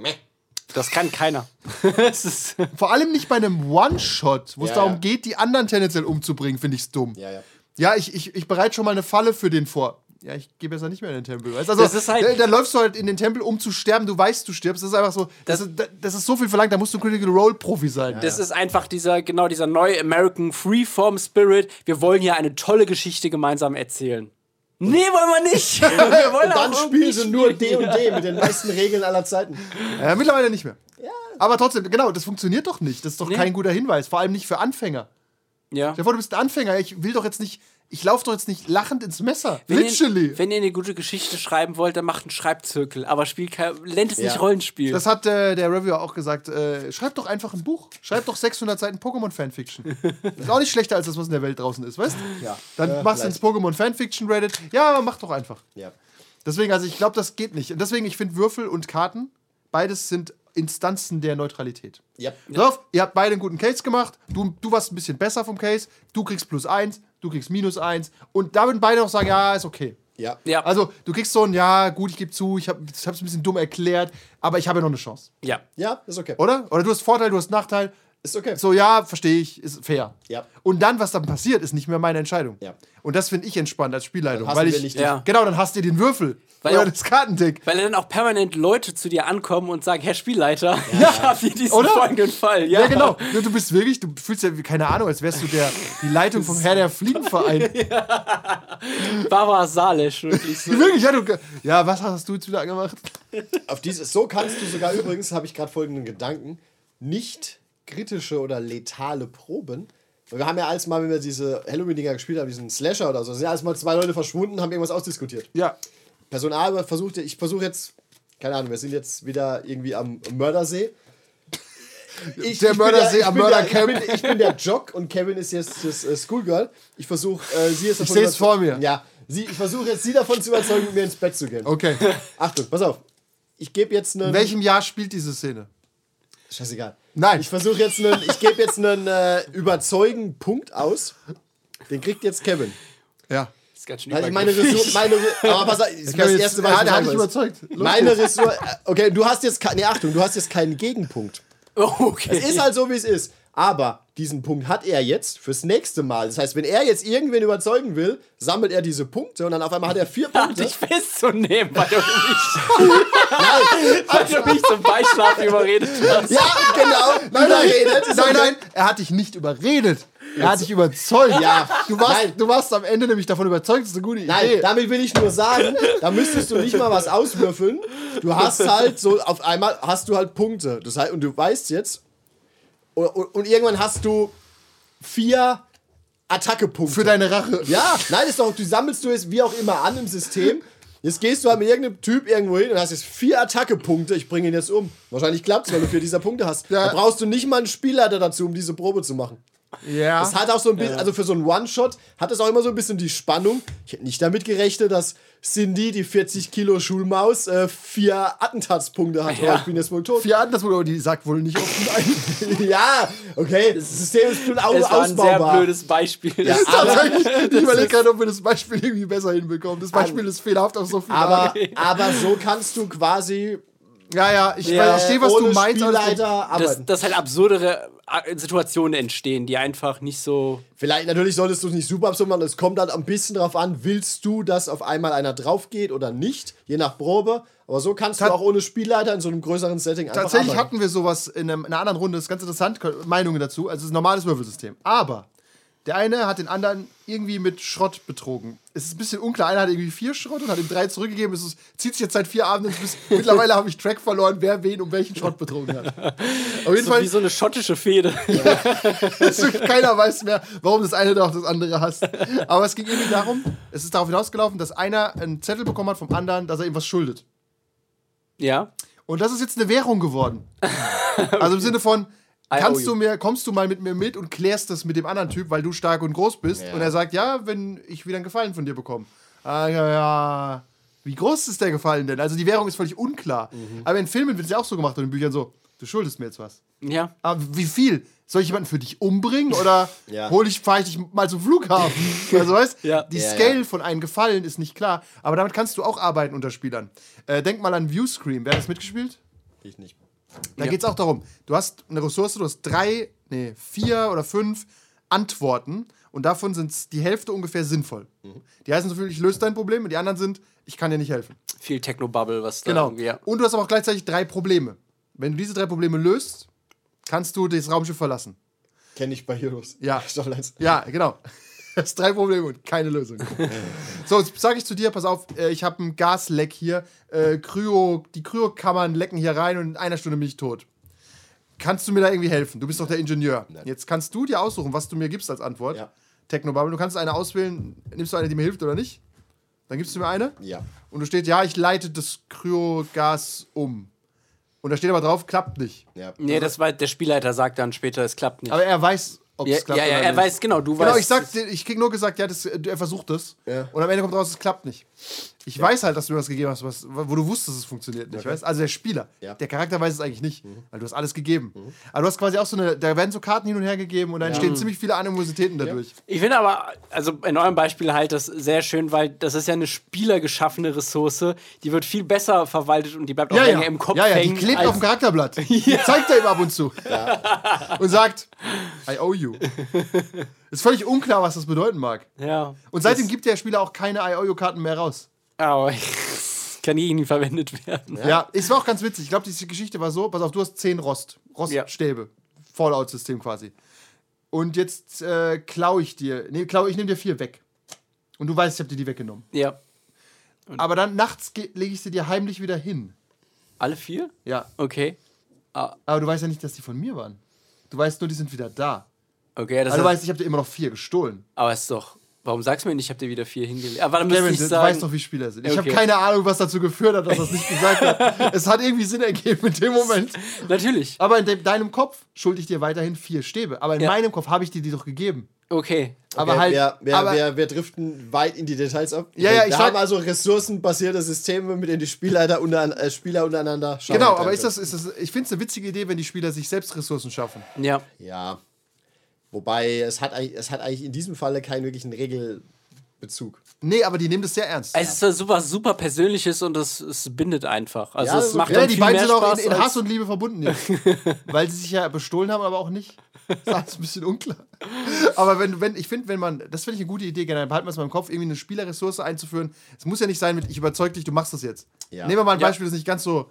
Das kann keiner. Es ist,
Vor allem nicht bei einem One-Shot, wo es
Ja,
darum
ja.
geht, die anderen tendenziell umzubringen, finde ich es dumm.
Ja, ja.
Ja, ich, ich, ich bereite schon mal eine Falle für den vor. Ja, ich gehe besser nicht mehr in den Tempel. Weißt? du? Also,
Das ist halt-
da, da läufst du halt in den Tempel, um zu sterben. Du weißt, du stirbst. Das ist einfach so. Das, ist, da- das ist so viel verlangt. Da musst du Critical Role Profi sein.
das ist einfach dieser, genau dieser neue American Freeform Spirit. Wir wollen hier eine tolle Geschichte gemeinsam erzählen. Nee, wollen wir nicht. Wir wollen
Und dann
auch Genau, irgendwie
spielen sie nur
spielen.
D und D mit den meisten Regeln aller Zeiten.
Ja, mittlerweile nicht mehr. Aber trotzdem, genau, das funktioniert doch nicht. Das ist doch kein guter Hinweis. Vor allem nicht für Anfänger.
Ja.
Davor, du bist ein Anfänger. Ich will doch jetzt nicht. Ich laufe doch jetzt nicht lachend ins Messer.
Wenn
Literally.
ihr, wenn ihr eine gute Geschichte schreiben wollt, dann macht einen Schreibzirkel. Aber spielt kein, nennt es nicht
Ja.
Rollenspiel.
Das hat äh, der Reviewer auch gesagt. Äh, schreib doch einfach ein Buch. Schreib doch 600 Seiten Pokémon-Fanfiction. ist auch nicht schlechter als das, was in der Welt draußen ist, weißt du?
Ja.
Dann
Ja,
machst du
vielleicht.
ins Pokémon-Fanfiction-Reddit. Ja, mach doch einfach.
Ja.
Deswegen, also ich glaube, das geht nicht. Und deswegen, ich finde Würfel und Karten, beides sind Instanzen der Neutralität.
Ja.
Pass auf, ihr habt beide einen guten Case gemacht. Du, du warst ein bisschen besser vom Case. Du kriegst plus eins, du kriegst minus eins. Und da würden beide auch sagen, ja, ist okay.
Ja.
ja.
Also, du kriegst so ein, ja, gut, ich gebe zu, ich habe es ein bisschen dumm erklärt, aber ich habe ja noch eine Chance.
ja.
Ja, ist okay.
Oder? Oder du hast Vorteil, du hast Nachteil.
Ist okay.
So, ja, verstehe ich, ist fair.
Ja.
Und dann, was dann passiert, ist nicht mehr meine Entscheidung.
Ja.
Und das finde ich entspannt als Spielleitung.
Dann hassen
weil
wir
ich,
nicht
dich. Ja.
Genau, dann hast du den Würfel.
Weil
oder
auch-
das Kartendeck.
Weil dann auch permanent Leute zu dir ankommen und sagen, Herr Spielleiter, ich habe hier diesen
Oder?
folgenden Fall. Ja,
Ja, genau. Du, du bist wirklich, du fühlst ja, wie- keine Ahnung, als wärst du der, die Leitung vom Herr der Fliegenverein.
Barbara Salisch, wirklich so.
Wirklich, ja, du, ja, was hast du jetzt wieder gemacht?
Auf dieses, so kannst du sogar übrigens, habe ich gerade folgenden Gedanken, nicht kritische oder letale Proben. Weil Wir haben ja alles mal, wenn wir diese Halloween-Dinger gespielt haben, diesen Slasher oder so, sind ja alles mal zwei Leute verschwunden, haben irgendwas ausdiskutiert.
Ja.
Person A über- versucht, ich versuche jetzt, keine Ahnung, wir sind jetzt wieder irgendwie am Mördersee. Ich,
Der
ich bin
Mördersee
ich
am
bin
Mördercamp.
Der, ich, bin, ich bin der Jock und Kevin ist jetzt das äh, Schoolgirl. Ich versuche, äh, sie ist davon
seh's vor mir.
Ja, sie, ich versuche jetzt, sie davon zu überzeugen, mit mir ins Bett zu gehen.
Okay.
Achtung, pass auf. Ich gebe jetzt einen.
In welchem Jahr spielt diese Szene?
Scheißegal.
Nein.
Ich versuche jetzt einen. Ich gebe jetzt einen äh, überzeugenden Punkt aus. Den kriegt jetzt Kevin.
Ja.
ist ganz schön
Weil Also ich meine
übergriffig.
Ressource. Meine, Re- aber pass auf, das ist das
jetzt-
erste Mal. dass
ja,
ich
der hat
dabei
dich
bin.
überzeugt. Los
Meine Ressource. Okay, du hast jetzt keine. Nee, Achtung, du hast jetzt keinen Gegenpunkt.
Oh, okay.
Es ist halt so, wie es ist. Aber diesen Punkt hat er jetzt fürs nächste Mal. Das heißt, wenn er jetzt irgendwen überzeugen will, sammelt er diese Punkte und dann auf einmal hat er vier
Hab
Punkte.
dich festzunehmen, weil du mich, weil du mich zum Beischlafen überredet hast.
Ja, genau.
Nein, nein,
überredet. Ist
nein,
okay.
nein, er hat dich nicht überredet. Er hat dich überzeugt.
Ja.
Du warst,
Nein.
du warst am Ende nämlich davon überzeugt, das ist eine gute Idee.
Nein, damit will ich nur sagen, da müsstest du nicht mal was auswürfeln. Du hast halt so, auf einmal hast du halt Punkte. Das heißt, und du weißt jetzt, und, und irgendwann hast du vier Attackepunkte.
Für deine Rache.
ja, nein, ist doch, du sammelst du es wie auch immer an im System. Jetzt gehst du halt mit irgendeinem Typ irgendwo hin und hast jetzt vier Attackepunkte. Ich bringe ihn jetzt um. Wahrscheinlich klappt's, weil du vier dieser Punkte hast.
Ja.
Da brauchst du nicht mal einen Spielleiter dazu, um diese Probe zu machen.
Ja.
Es hat auch so ein bisschen, also für so einen One-Shot hat es auch immer so ein bisschen die Spannung. Ich hätte nicht damit gerechnet, dass Cindy, die 40 Kilo Schulmaus, äh, vier Attentatspunkte hat. Ja. Ich bin jetzt wohl tot.
Vier das wurde aber die sagt wohl nicht offen ein.
ja, okay, das System ist bestimmt auch
Es war ein sehr
ausbaubar.
blödes Beispiel. Ja,
Tatsächlich, ich überlege gerade, ob wir das Beispiel irgendwie besser hinbekommen. Das Beispiel ist fehlerhaft auf so viel.
aber, aber so kannst du quasi
ja, ja, ich,
äh,
ja, ich verstehe, was
ohne
du meinst. aber das-
Spielleiter
dass,
arbeiten.
dass halt absurdere äh, Situationen entstehen, die einfach nicht so.
Vielleicht, natürlich solltest du es nicht super absurd machen. Es kommt dann ein bisschen drauf an, willst du, dass auf einmal einer drauf geht oder nicht, je nach Probe. Aber so kannst du auch ohne Spielleiter in so einem größeren Setting einfach
Tatsächlich
arbeiten.
hatten wir sowas in, einem, in einer anderen Runde, das ist ganz interessant, kö- Meinungen dazu. Also es ist ein normales Würfelsystem. Aber der eine hat den anderen irgendwie mit Schrott betrogen. Es ist ein bisschen unklar, einer hat irgendwie vier Schrott und hat ihm drei zurückgegeben. Es ist, zieht sich jetzt seit vier Abenden bis mittlerweile habe ich Track verloren, wer wen um welchen Schrott betrogen hat. Auf jeden
So
Fall,
wie so eine schottische Fehde.
so keiner weiß mehr, warum das eine doch das andere hasst. Aber es ging irgendwie darum, es ist darauf hinausgelaufen, dass einer einen Zettel bekommen hat vom anderen, dass er ihm was schuldet.
ja.
Und das ist jetzt eine Währung geworden. Also im Sinne von, kannst
you.
du mir, kommst du mal mit mir mit und klärst das mit dem anderen Typ, weil du stark und groß bist. Und er sagt, ja, wenn ich wieder einen Gefallen von dir bekomme. Ah, ja, ja. Wie groß ist der Gefallen denn? Also die Währung ist völlig unklar. Aber in Filmen wird es ja auch so gemacht und in Büchern so, du schuldest mir jetzt was.
Ja.
Aber Ah, wie viel? Soll ich jemanden für dich umbringen oder
Ja.
hol ich, fahre ich dich mal zum Flughafen? Also weißt
Ja.
die
Ja,
Scale von einem Gefallen ist nicht klar, aber damit kannst du auch arbeiten unter Spielern. Äh, denk mal an Viewscream. Wer hat das mitgespielt?
Ich nicht.
Da geht's geht es auch darum, du hast eine Ressource, du hast drei, nee, vier oder fünf Antworten und davon sind die Hälfte ungefähr sinnvoll. Die heißen so viel, ich löse dein Problem und die anderen sind, ich kann dir nicht helfen.
Viel Technobubble, was da.
Genau.
irgendwie- Ja.
Und du hast aber auch gleichzeitig drei Probleme. Wenn du diese drei Probleme löst, kannst du das Raumschiff verlassen.
Kenne ich bei Heroes.
Ja.
Staffel 1.
Ja, genau. Das ist drei Probleme und keine Lösung. so, jetzt sage ich zu dir, pass auf, äh, ich habe ein Gasleck hier. Äh, Kryo, die Kryokammern lecken hier rein und in einer Stunde bin ich tot. Kannst du mir da irgendwie helfen? Du bist doch der Ingenieur. Jetzt kannst du dir aussuchen, was du mir gibst als Antwort.
Ja.
Technobubble, du kannst eine auswählen. Nimmst du eine, die mir hilft oder nicht? Dann gibst du mir eine.
Ja.
Und du steht, ja, ich leite das Kryogas um. Und da steht aber drauf, klappt nicht.
ja.
Nee, das war, der Spielleiter sagt dann später, es klappt nicht.
Aber er weiß, ob es
ja,
klappt
ja, ja,
oder
er
nicht.
weiß genau, du
Genau,
weißt.
ich sag, dir- ich krieg nur gesagt, ja, das, äh, er versucht es.
Ja.
Und am Ende kommt raus, es klappt nicht. Ich weiß halt, dass du mir was gegeben hast, was, wo du wusstest, es funktioniert nicht. Weißt? Also der Spieler,
Ja.
der Charakter weiß es eigentlich nicht, weil du hast alles gegeben. Aber du hast quasi auch so eine, da werden so Karten hin und her gegeben und da entstehen ziemlich viele Animositäten dadurch.
Ich finde aber, also in eurem Beispiel halt das sehr schön, weil das ist ja eine spielergeschaffene Ressource, die wird viel besser verwaltet und die bleibt auch länger im Kopf
ja, ja, die
hängen. also
klebt
als-
auf dem Charakterblatt. Die zeigt er ihm ab und zu. Und sagt, I owe you. Ist völlig unklar, was das bedeuten mag.
Ja.
Und seitdem gibt der Spieler auch keine I owe you Karten mehr raus.
Aber es kann gegen ihn verwendet werden.
Ja. es war auch ganz witzig. Ich glaube, diese Geschichte war so: Pass auf, du hast zehn Rost, Roststäbe. Fallout-System quasi. Und jetzt äh, klaue ich dir, nee, klaue ich nehme dir vier weg. Und du weißt, ich habe dir die weggenommen.
Ja.
Aber dann nachts ge- lege ich sie dir heimlich wieder hin.
Alle vier?
Ja.
Okay.
Aber du weißt ja nicht, dass die von mir waren. Du weißt nur, die sind wieder da.
Okay, das
Also du
heißt,
weißt, ich habe dir immer noch vier gestohlen.
aber ist doch. Warum sagst du mir nicht, ich hab dir wieder vier hingelegt? Aber dann müsste
Kevin,
ich
du
sagen.
weißt doch, wie Spieler sind. Ich habe
Okay.
keine Ahnung, was dazu geführt hat, dass er es nicht gesagt hat. Es hat irgendwie Sinn ergeben in dem Moment.
Natürlich.
Aber in de deinem Kopf schulde ich dir weiterhin vier Stäbe. Aber in
Ja.
meinem Kopf habe ich dir die doch gegeben.
Okay.
Aber
Wer-
halt.
wer, wer,
aber,
wer, wer driften weit in die Details ab?
Ja, ja,
wir
ich
haben
sag-
also ressourcenbasierte Systeme, mit denen die Spielleiter unter, äh, Spieler untereinander schauen.
genau, aber ist das, ist das, ich finde es eine witzige Idee, wenn die Spieler sich selbst Ressourcen schaffen.
Ja.
Ja. Wobei, es hat, eigentlich- es hat eigentlich in diesem Falle keinen wirklichen Regelbezug.
Nee, aber die nehmen das sehr ernst.
Es ist super, super Persönliches und es, es bindet einfach. Also
Ja,
es
also-
macht
ja,
dann
die
viel
beiden
mehr
sind auch
Spaß.
in, in
als-
Hass und Liebe verbunden jetzt. weil sie sich ja bestohlen haben, aber auch nicht. Das ist alles ein bisschen unklar. Aber wenn, wenn ich finde, wenn man, das finde ich eine gute Idee, generell behalten wir es mal im Kopf, irgendwie eine Spielerressource einzuführen. Es muss ja nicht sein mit, ich überzeug dich, du machst das jetzt.
Ja.
Nehmen wir mal ein
Ja.
Beispiel, das nicht ganz so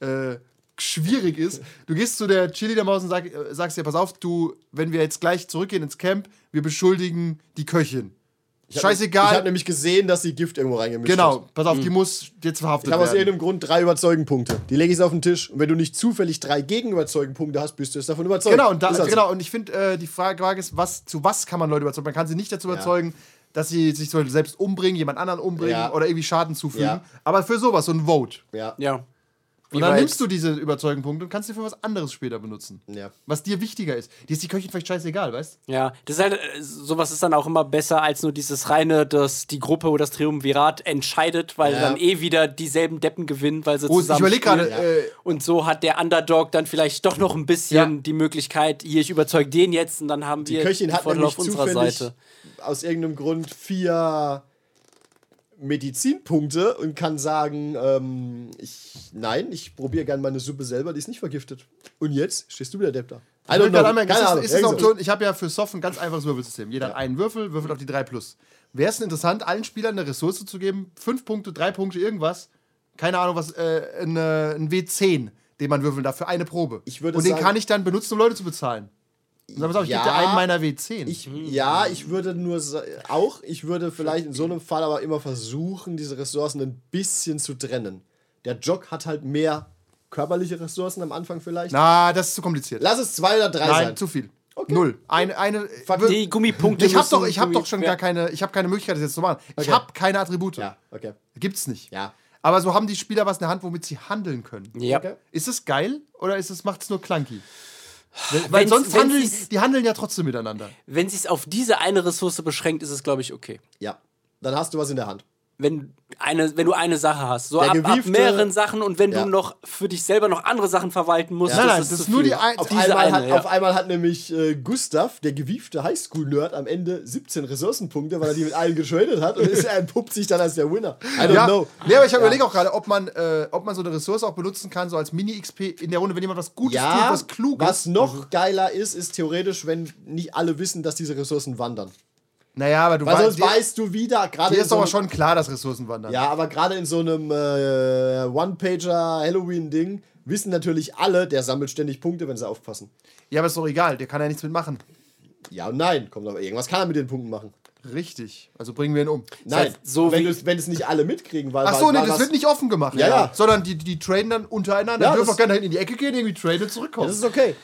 äh, schwierig ist. Du gehst zu der Cheerleader-Maus und sag, äh, sagst dir, pass auf, du, wenn wir jetzt gleich zurückgehen ins Camp, wir beschuldigen die Köchin.
ne-
Ich habe
Scheißegal.
nämlich gesehen, dass sie Gift irgendwo reingemischt hat.
Genau, pass auf,
Hm.
die muss jetzt verhaftet
Ich habe
werden.
aus irgendeinem Grund drei Überzeugenpunkte. Die lege ich so auf den Tisch. Und wenn du nicht zufällig drei Gegenüberzeugenpunkte hast, bist du es davon überzeugt.
Genau, und, da,
Ist also-
genau, und ich finde, äh, die Frage, Frage ist, was, zu was kann man Leute überzeugen? Man kann sie nicht dazu überzeugen, dass sie sich zum Beispiel selbst umbringen, jemand anderen umbringen
Ja.
oder irgendwie Schaden zufügen.
Ja.
Aber für sowas, so ein Vote.
Ja.
Ja.
Und dann nimmst du diese überzeugenden Punkte und kannst sie für was anderes später benutzen.
Ja.
Was dir wichtiger ist. Dir ist die Köchin vielleicht scheißegal, weißt
Ja, das ist halt, äh, sowas ist dann auch immer besser als nur dieses reine, dass die Gruppe oder das Triumvirat entscheidet, weil dann eh wieder dieselben Deppen gewinnen, weil sie
Oh, ich
zusammen
überleg gerade,
spielen.
äh,
und so hat der Underdog dann vielleicht doch noch ein bisschen
Ja.
die Möglichkeit, hier, ich überzeuge den jetzt und dann haben
Die
wir
Köchin
den
hat
Vorteil
nämlich zufällig aus irgendeinem Grund vier Medizinpunkte und kann sagen, ähm, ich, nein, ich probiere gerne meine Suppe selber, die ist nicht vergiftet. Und jetzt stehst du wieder Depp da. I
Ich
don't
will gerade
know.
anmerken,
Keine
es
Ahnung.
ist, ist es eine
Irgend so.
Option, ich habe ja für Soft ein ganz einfaches Würfelsystem. Jeder hat einen Würfel, würfelt auf die 3 plus. Wäre es denn interessant, allen Spielern eine Ressource zu geben? 5 Punkte, 3 Punkte, irgendwas. Keine Ahnung, was, äh, ein, äh, ein W10, den man würfeln darf für eine Probe.
Ich würde
Und den
sagen-
kann ich dann benutzen, um Leute zu bezahlen. Und dann pass auf, ich
Ja.
gebe dir einen meiner W10.
Ich, ja, ich würde nur sa- auch, ich würde vielleicht in so einem Fall aber immer versuchen, diese Ressourcen ein bisschen zu trennen. Der Jock hat halt mehr körperliche Ressourcen am Anfang vielleicht.
Na, das ist zu kompliziert.
Lass es zwei oder drei
Nein,
sein.
zu viel. Null. Eine, eine,
Die Gummipunkte.
ich habe
müssen
doch, ich hab doch schon
Gummi-
gar keine, ich habe keine Möglichkeit, das jetzt zu machen. Ich habe keine Attribute.
Ja, okay.
Gibt's nicht.
Ja.
Aber so haben die Spieler was in der Hand, womit sie handeln können.
Ja.
Okay.
Ist es geil oder ist es, macht es nur clunky? Weil- Weil
Wenn's-
sonst
wenn's
handeln
ist-
die handeln ja trotzdem miteinander.
Wenn sie es auf diese eine Ressource beschränkt, ist es, glaube ich, okay.
Ja. Dann hast du was in der Hand.
wenn, eine, wenn du eine Sache hast. So
Der
ab, ab
gewiefte-
mehreren Sachen und wenn
Ja.
du noch für dich selber noch andere Sachen verwalten musst.
Nein, nein, das ist
zu
nur
viel.
die ein-
Auf
Diese
einmal,
eine,
hat,
ja.
auf einmal hat nämlich äh, Gustav, der gewiefte Highschool-Nerd, am Ende 17 Ressourcenpunkte, weil er die mit allen getradet hat und ist, er entpuppt sich dann als der Winner. I don't
ja.
know.
Nee, aber ich habe überlegt auch gerade, ob man, äh, ob man so eine Ressource auch benutzen kann, so als Mini-XP in der Runde, wenn jemand was Gutes
Ja,
tut,
was,
was Kluges.
was noch geiler ist, ist theoretisch, wenn nicht alle wissen, dass diese Ressourcen wandern.
Naja, aber du
Weil sonst
dir,
weißt du wieder, gerade
dir
in
ist doch
so
aber
einem,
schon klar, dass Ressourcen wandern.
Ja, aber gerade in so einem äh, One-Pager-Halloween-Ding wissen natürlich alle, der sammelt ständig Punkte, wenn sie aufpassen.
ja, aber ist doch egal, der kann ja nichts mitmachen.
Ja und nein, kommt aber irgendwas kann er mit den Punkten machen.
Richtig. Also bringen wir ihn um.
Nein,
heißt, so
wenn
wie-
es wenn es nicht alle mitkriegen, weil
Ach
weil-
so, nee,
weil
das
was-
wird nicht offen gemacht.
Ja, ja.
Sondern die, die traden dann untereinander.
Ja,
Ja, dürfen
das-
auch gerne in die Ecke gehen, irgendwie traden und zurückkommen.
Das ist okay.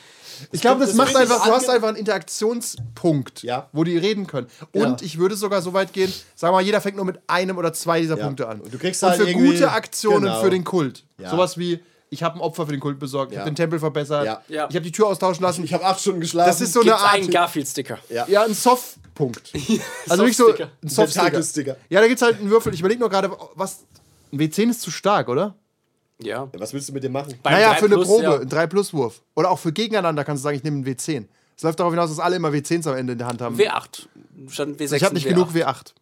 Ich glaube, das
Das
macht
wird nicht
einfach, du hast
ange-
einfach einen Interaktionspunkt,
Ja.
wo die reden können. Und
Ja.
ich würde sogar so weit gehen, sag mal, jeder fängt nur mit einem oder zwei dieser
Ja.
Punkte an.
Und du kriegst
und
halt
für
irgendwie-
gute Aktionen
genau.
für den Kult.
Ja.
Sowas wie, ich habe ein Opfer für den Kult besorgt, ich
Ja.
habe den Tempel verbessert,
Ja.
Ja.
ich habe die Tür austauschen lassen.
Ich habe acht Stunden geschlafen.
das ist so eine
Gibt's
Art.
einen Garfield-Sticker.
Ja.
Ja, ein Soft-Punkt. also wirklich so
Soft-Sticker.
ein
Tentakelsticker.
Soft-Sticker. Ja, da gibt's halt einen Würfel. Ich überlege nur gerade, was. Ein W10 ist zu stark, oder? Ähm,
Ja.
Was willst du mit dem machen?
Beim
Naja,
3
für eine
Plus,
Probe,
ja.
ein 3-Plus-Wurf. Oder auch für gegeneinander kannst du sagen, ich nehme einen W10. Es läuft darauf hinaus, dass alle immer W10s am Ende in der Hand haben.
W8. Stand W6
ich habe nicht
und W8.
genug W8.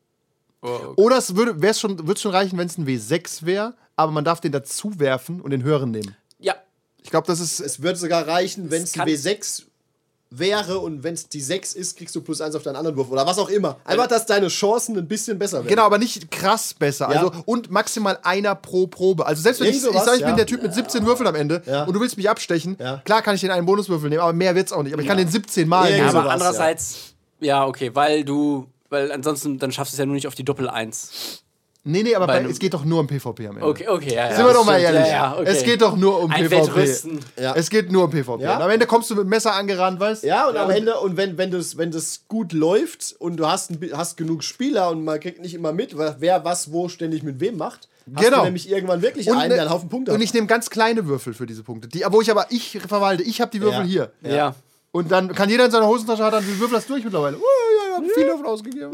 Oh,
Oder es würde es schon, würd's schon reichen, wenn es ein W6 wäre, aber man darf den dazu werfen und den höheren nehmen.
Ja.
Ich glaube, das ist.
Es würde sogar reichen, wenn es ein
kann-
W6 wäre und wenn es die 6 ist, kriegst du plus 1 auf deinen anderen Wurf oder was auch immer. Einfach, dass deine Chancen ein bisschen besser werden.
Genau, aber nicht krass besser.
Ja.
Also, und maximal einer pro Probe. Also selbst wenn ich,
Irgend
ich, sag, ich
sowas, ja.
bin der Typ mit 17 Würfeln am Ende
Ja.
und du willst mich abstechen,
Ja.
klar kann ich den einen Bonuswürfel nehmen, aber mehr wird's auch nicht. Aber ich kann den 17 mal
Irgend
ja,
nehmen.
aber
sowas,
andererseits, ja. okay, weil du, weil ansonsten, dann schaffst du es ja nur nicht auf die Doppel-1.
Nee, nee, aber
Bei
bei,
einem-
es geht doch nur um PvP am Ende.
Okay, okay, ja, ja.
Sind wir doch mal
stimmt,
ehrlich.
Ja, ja, okay.
Es geht doch nur um
Ein
PvP.
Wettrüsten.
Ja.
Es geht nur um PvP.
Ja.
Und am Ende kommst du mit dem Messer angerannt, weißt du?
Ja, und am Ende, und wenn, wenn, das, wenn das gut läuft und du hast, ein bi- hast genug Spieler und man kriegt nicht immer mit, wa- wer was wo ständig mit wem macht, hast
Genau.
du nämlich irgendwann wirklich einen,
ne-
der einen Haufen Punkte
Und
hat.
ich nehme ganz kleine Würfel für diese Punkte, die, wo ich aber ich verwalte. Ich habe die Würfel
Ja.
hier.
Ja.
Und dann kann jeder in seiner Hosentasche hat dann die Würfel das durch mittlerweile. Oh, ja, ja, hab viel Würfel ausgegeben.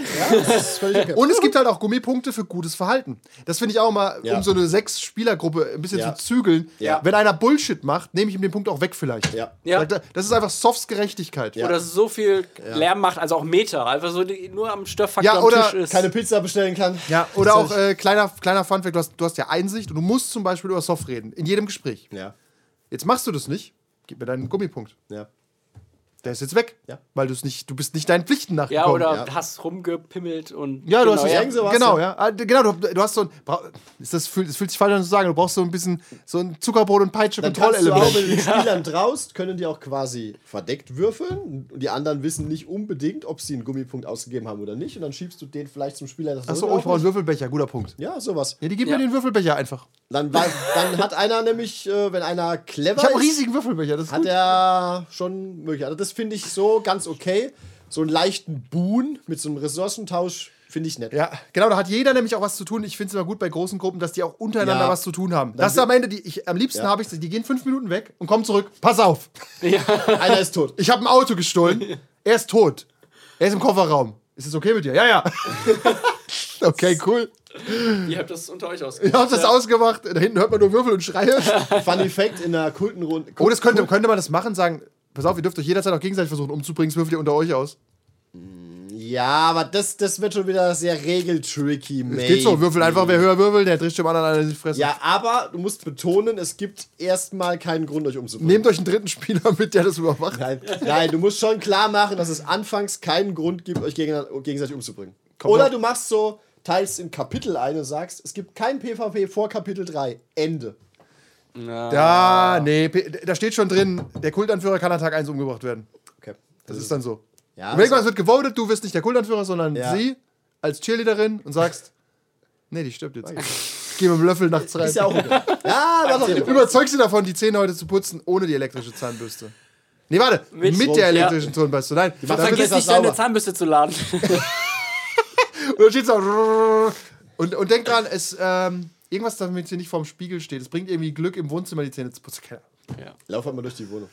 Und es gibt halt auch Gummipunkte für gutes Verhalten. Das finde ich auch mal,
Ja.
um so eine Sechs-Spieler-Gruppe ein bisschen
Ja.
zu zügeln.
Ja.
Wenn einer Bullshit macht, nehme ich ihm den Punkt auch weg vielleicht.
Ja.
Ja.
Das ist einfach Softs Gerechtigkeit.
Oder so viel Lärm macht, also auch Meter, einfach so die, nur am Störfaktor
Ja, oder
am Tisch ist.
keine Pizza bestellen kann.
Ja, oder auch
Das
äh, kleiner, kleiner Funfact, du hast, du hast ja Einsicht und du musst zum Beispiel über Soft reden, in jedem Gespräch.
Ja,
Jetzt machst du das nicht, gib mir deinen Gummipunkt.
ja.
Der ist jetzt weg,
Ja.
weil du's nicht, du bist nicht deinen Pflichten
ja,
nachgekommen.
oder
ja.
hast rumgepimmelt und.
Ja, du
Genau,
hast
ja. Irgend sowas, ne?
genau, ja. Ah, d- Genau, du, du hast so ein bra- ist das fühlt, es fühlt sich falsch an zu sagen, du brauchst so ein bisschen so ein Zuckerbrot und Peitsche
Dann kannst du auch, wenn
Kontrollelement.
du den Spielern traust, können die auch quasi verdeckt würfeln. Und die anderen wissen nicht unbedingt, ob sie einen Gummipunkt ausgegeben haben oder nicht. Und dann schiebst du den vielleicht zum Spieler. das
Achso,
Runde
oh, ich brauche einen
aufmacht.
Würfelbecher, guter Punkt.
Ja, sowas.
Ja, die gib
Ja.
mir den Würfelbecher einfach.
Dann, wa- dann hat einer nämlich, äh, wenn einer clever
Ich habe einen
ist,
riesigen Würfelbecher, das ist
hat
gut.
er schon möglich. Also das finde ich so ganz okay. So einen leichten Boon mit so einem Ressourcentausch Finde ich nett.
Ja, genau, da hat jeder nämlich auch was zu tun. Ich finde es immer gut bei großen Gruppen, dass die auch untereinander
Ja.
was zu tun haben. Das ist am Ende, die, ich, am liebsten
Ja.
habe ich, die gehen fünf Minuten weg und kommen zurück. Pass auf,
Einer ist tot.
ich habe ein Auto gestohlen. er ist tot. Er ist im Kofferraum. Ist es okay mit dir? Ja, ja. okay, cool.
Ihr habt das unter euch
Ich
ausgemacht.
habe das ausgemacht. Da hinten hört man nur Würfel und Schreie.
Funny Fact in der Kultenrunde.
Oh, das könnte, könnte man das machen, sagen, pass auf, ihr dürft euch jederzeit auch gegenseitig versuchen umzubringen, das würfelt ihr unter euch aus.
Ja, aber das, das wird schon wieder sehr regeltricky,
Es geht so, würfel einfach, wer höher würfelt, der drischt dem anderen einer in die Fresse.
Ja, aber du musst betonen, es gibt erstmal keinen Grund, euch umzubringen.
Nehmt euch einen dritten Spieler mit, der das überwacht.
Nein, nein, du musst schon klar machen, dass es anfangs keinen Grund gibt, euch gegeneinander- gegenseitig umzubringen. Oder du machst so, teilst in Kapitel ein und sagst, es gibt kein PvP vor Kapitel 3. Ende.
Ja, nee, P- da steht schon drin, der Kultanführer kann an Tag 1 umgebracht werden.
Okay.
Das ist dann so.
Ja,
Und irgendwann wird gewotet, du wirst nicht der Kultanführer, sondern
Ja.
sie als Cheerleaderin und sagst, nee, die stirbt jetzt. Geh mit dem Löffel nachts rein.
Ist ja auch okay. Ja, was auch immer.
Überzeug sie davon, die Zähne heute zu putzen, ohne die elektrische Zahnbürste. Nee, warte, mit, der elektrischen Zahnbürste. Nein,
war
damit-
vergessen.
Vergiss
ist er
nicht, deine
sauber.
Zahnbürste zu laden.
Und dann steht so. Und, und denk dran, es, ähm, irgendwas, damit hier nicht vorm Spiegel steht. Es bringt irgendwie Glück, im Wohnzimmer die Zähne zu putzen. Keine Ahnung.
Lauf halt mal durch die Wohnung.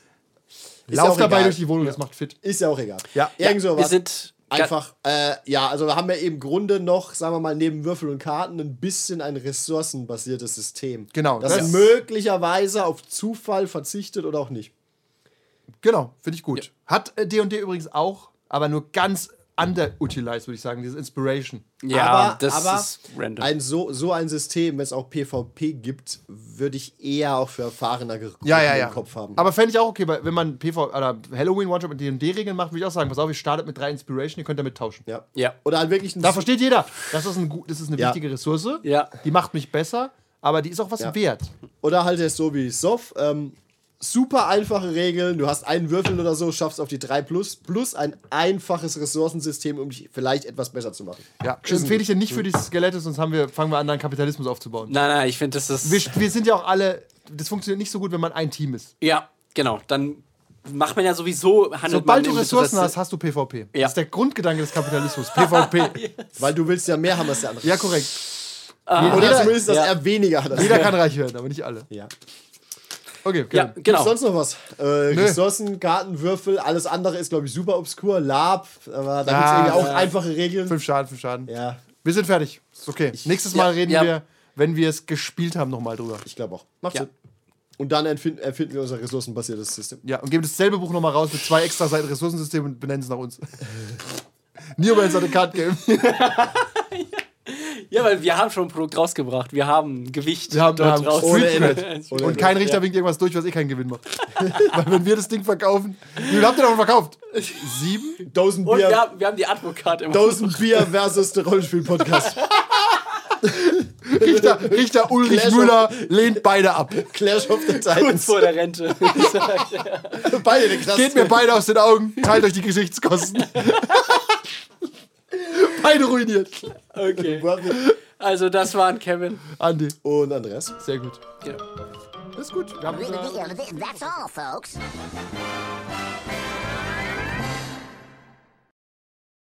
Ist ja
Lauf
auch
dabei
egal.
durch die Wohnung, das macht fit.
Ist ja auch egal.
Ja.
Irgend
Wir
sowas.
sind
Einfach, äh, ja, also wir haben ja im Grunde noch, sagen wir mal, neben Würfel und Karten ein bisschen ein ressourcenbasiertes System.
Genau,
Das,
das-
möglicherweise auf Zufall verzichtet oder auch nicht.
Genau, finde ich gut. Hat äh, D&D übrigens auch, aber nur ganz underutilized, würde ich sagen, dieses Inspiration.
Ja,
aber,
das
aber
ist random.
Ein so, so ein System, wenn es auch PvP gibt, würde ich eher auch für erfahrener Gruppen im Kopf haben.
Aber fände ich auch okay, weil wenn man PV oder Halloween One-Shot mit D&D-Regeln macht, würde ich auch sagen, pass auf, ich startet mit drei Inspiration, ihr könnt damit tauschen.
ja.
Ja.
Oder halt wirklich ein
Da versteht jeder, das ist, ein, gut- das ist eine
Ja.
wichtige Ressource,
Ja.
die macht mich besser, aber die ist auch was
Ja.
wert.
Oder halt jetzt so wie Sof. Ähm, super einfache Regeln. Du hast einen Würfel oder so, schaffst auf die 3 plus, plus ein einfaches Ressourcensystem, um dich vielleicht etwas besser zu machen.
Ja, empfehle ich dir nicht für die Skelette, sonst haben wir, fangen wir an, dann Kapitalismus aufzubauen.
nein, nein, ich finde, das ist.
Wir, wir sind ja auch alle, das funktioniert nicht so gut, wenn man ein Team ist.
ja, genau. Dann macht man ja sowieso, handelt man
Sobald du
im
Ressourcen
Interesse-
hast, hast du PvP.
Ja.
Das ist der Grundgedanke des Kapitalismus, PvP.
Weil du willst ja mehr haben als der andere.
Ja, korrekt.
Ah.
Oder
Also-
jeder,
zumindest, dass er weniger hat. Als
jeder kann reich werden, aber nicht alle.
ja.
Okay,
Ja,
genau.
Gibt's
genau.
sonst noch was? Äh, Ressourcen, Kartenwürfel, alles andere ist, glaube ich, super obskur. Lab, aber da
Ja,
gibt es irgendwie auch
ja.
einfache Regeln.
Fünf Schaden, fünf Schaden.
Ja,
Wir sind fertig. Ist okay. Nächstes Mal reden
ja.
wir, wenn wir es gespielt haben, nochmal drüber.
ich glaube auch. Macht's
Ja.
Sinn. Und dann erfinden, erfinden wir unser ressourcenbasiertes System.
Ja, und geben dasselbe Buch nochmal raus mit zwei extra Seiten Ressourcensystem und benennen es nach uns. Neobands hat ein Card Game.
Ja, weil wir haben schon ein Produkt rausgebracht. Wir haben Gewicht
Wir haben- wir haben
raus.
Street
Oder
Und kein Richter
ja.
winkt irgendwas durch, was eh keinen Gewinn macht. Weil wenn wir das Ding verkaufen. Wie viel habt ihr davon verkauft? Sieben?
Und wir
Dosenbier,
haben, wir haben die Advokat im
Dosenbier versus der Rollenspiel-Podcast.
Richter, Richter Ulrich
Clash of-
Müller lehnt beide ab.
Clash of the
kurz
Titans.
vor der Rente.
Beide in den Klassen.
Geht mir beide aus den Augen, teilt euch die Geschichtskosten. beide ruiniert.
Okay. Also das waren Kevin. Genau.
Andi,
Und Andreas.
sehr gut.
Ja.
Ist gut. Wir haben,
Th-
äh,
th- th- That's all, folks.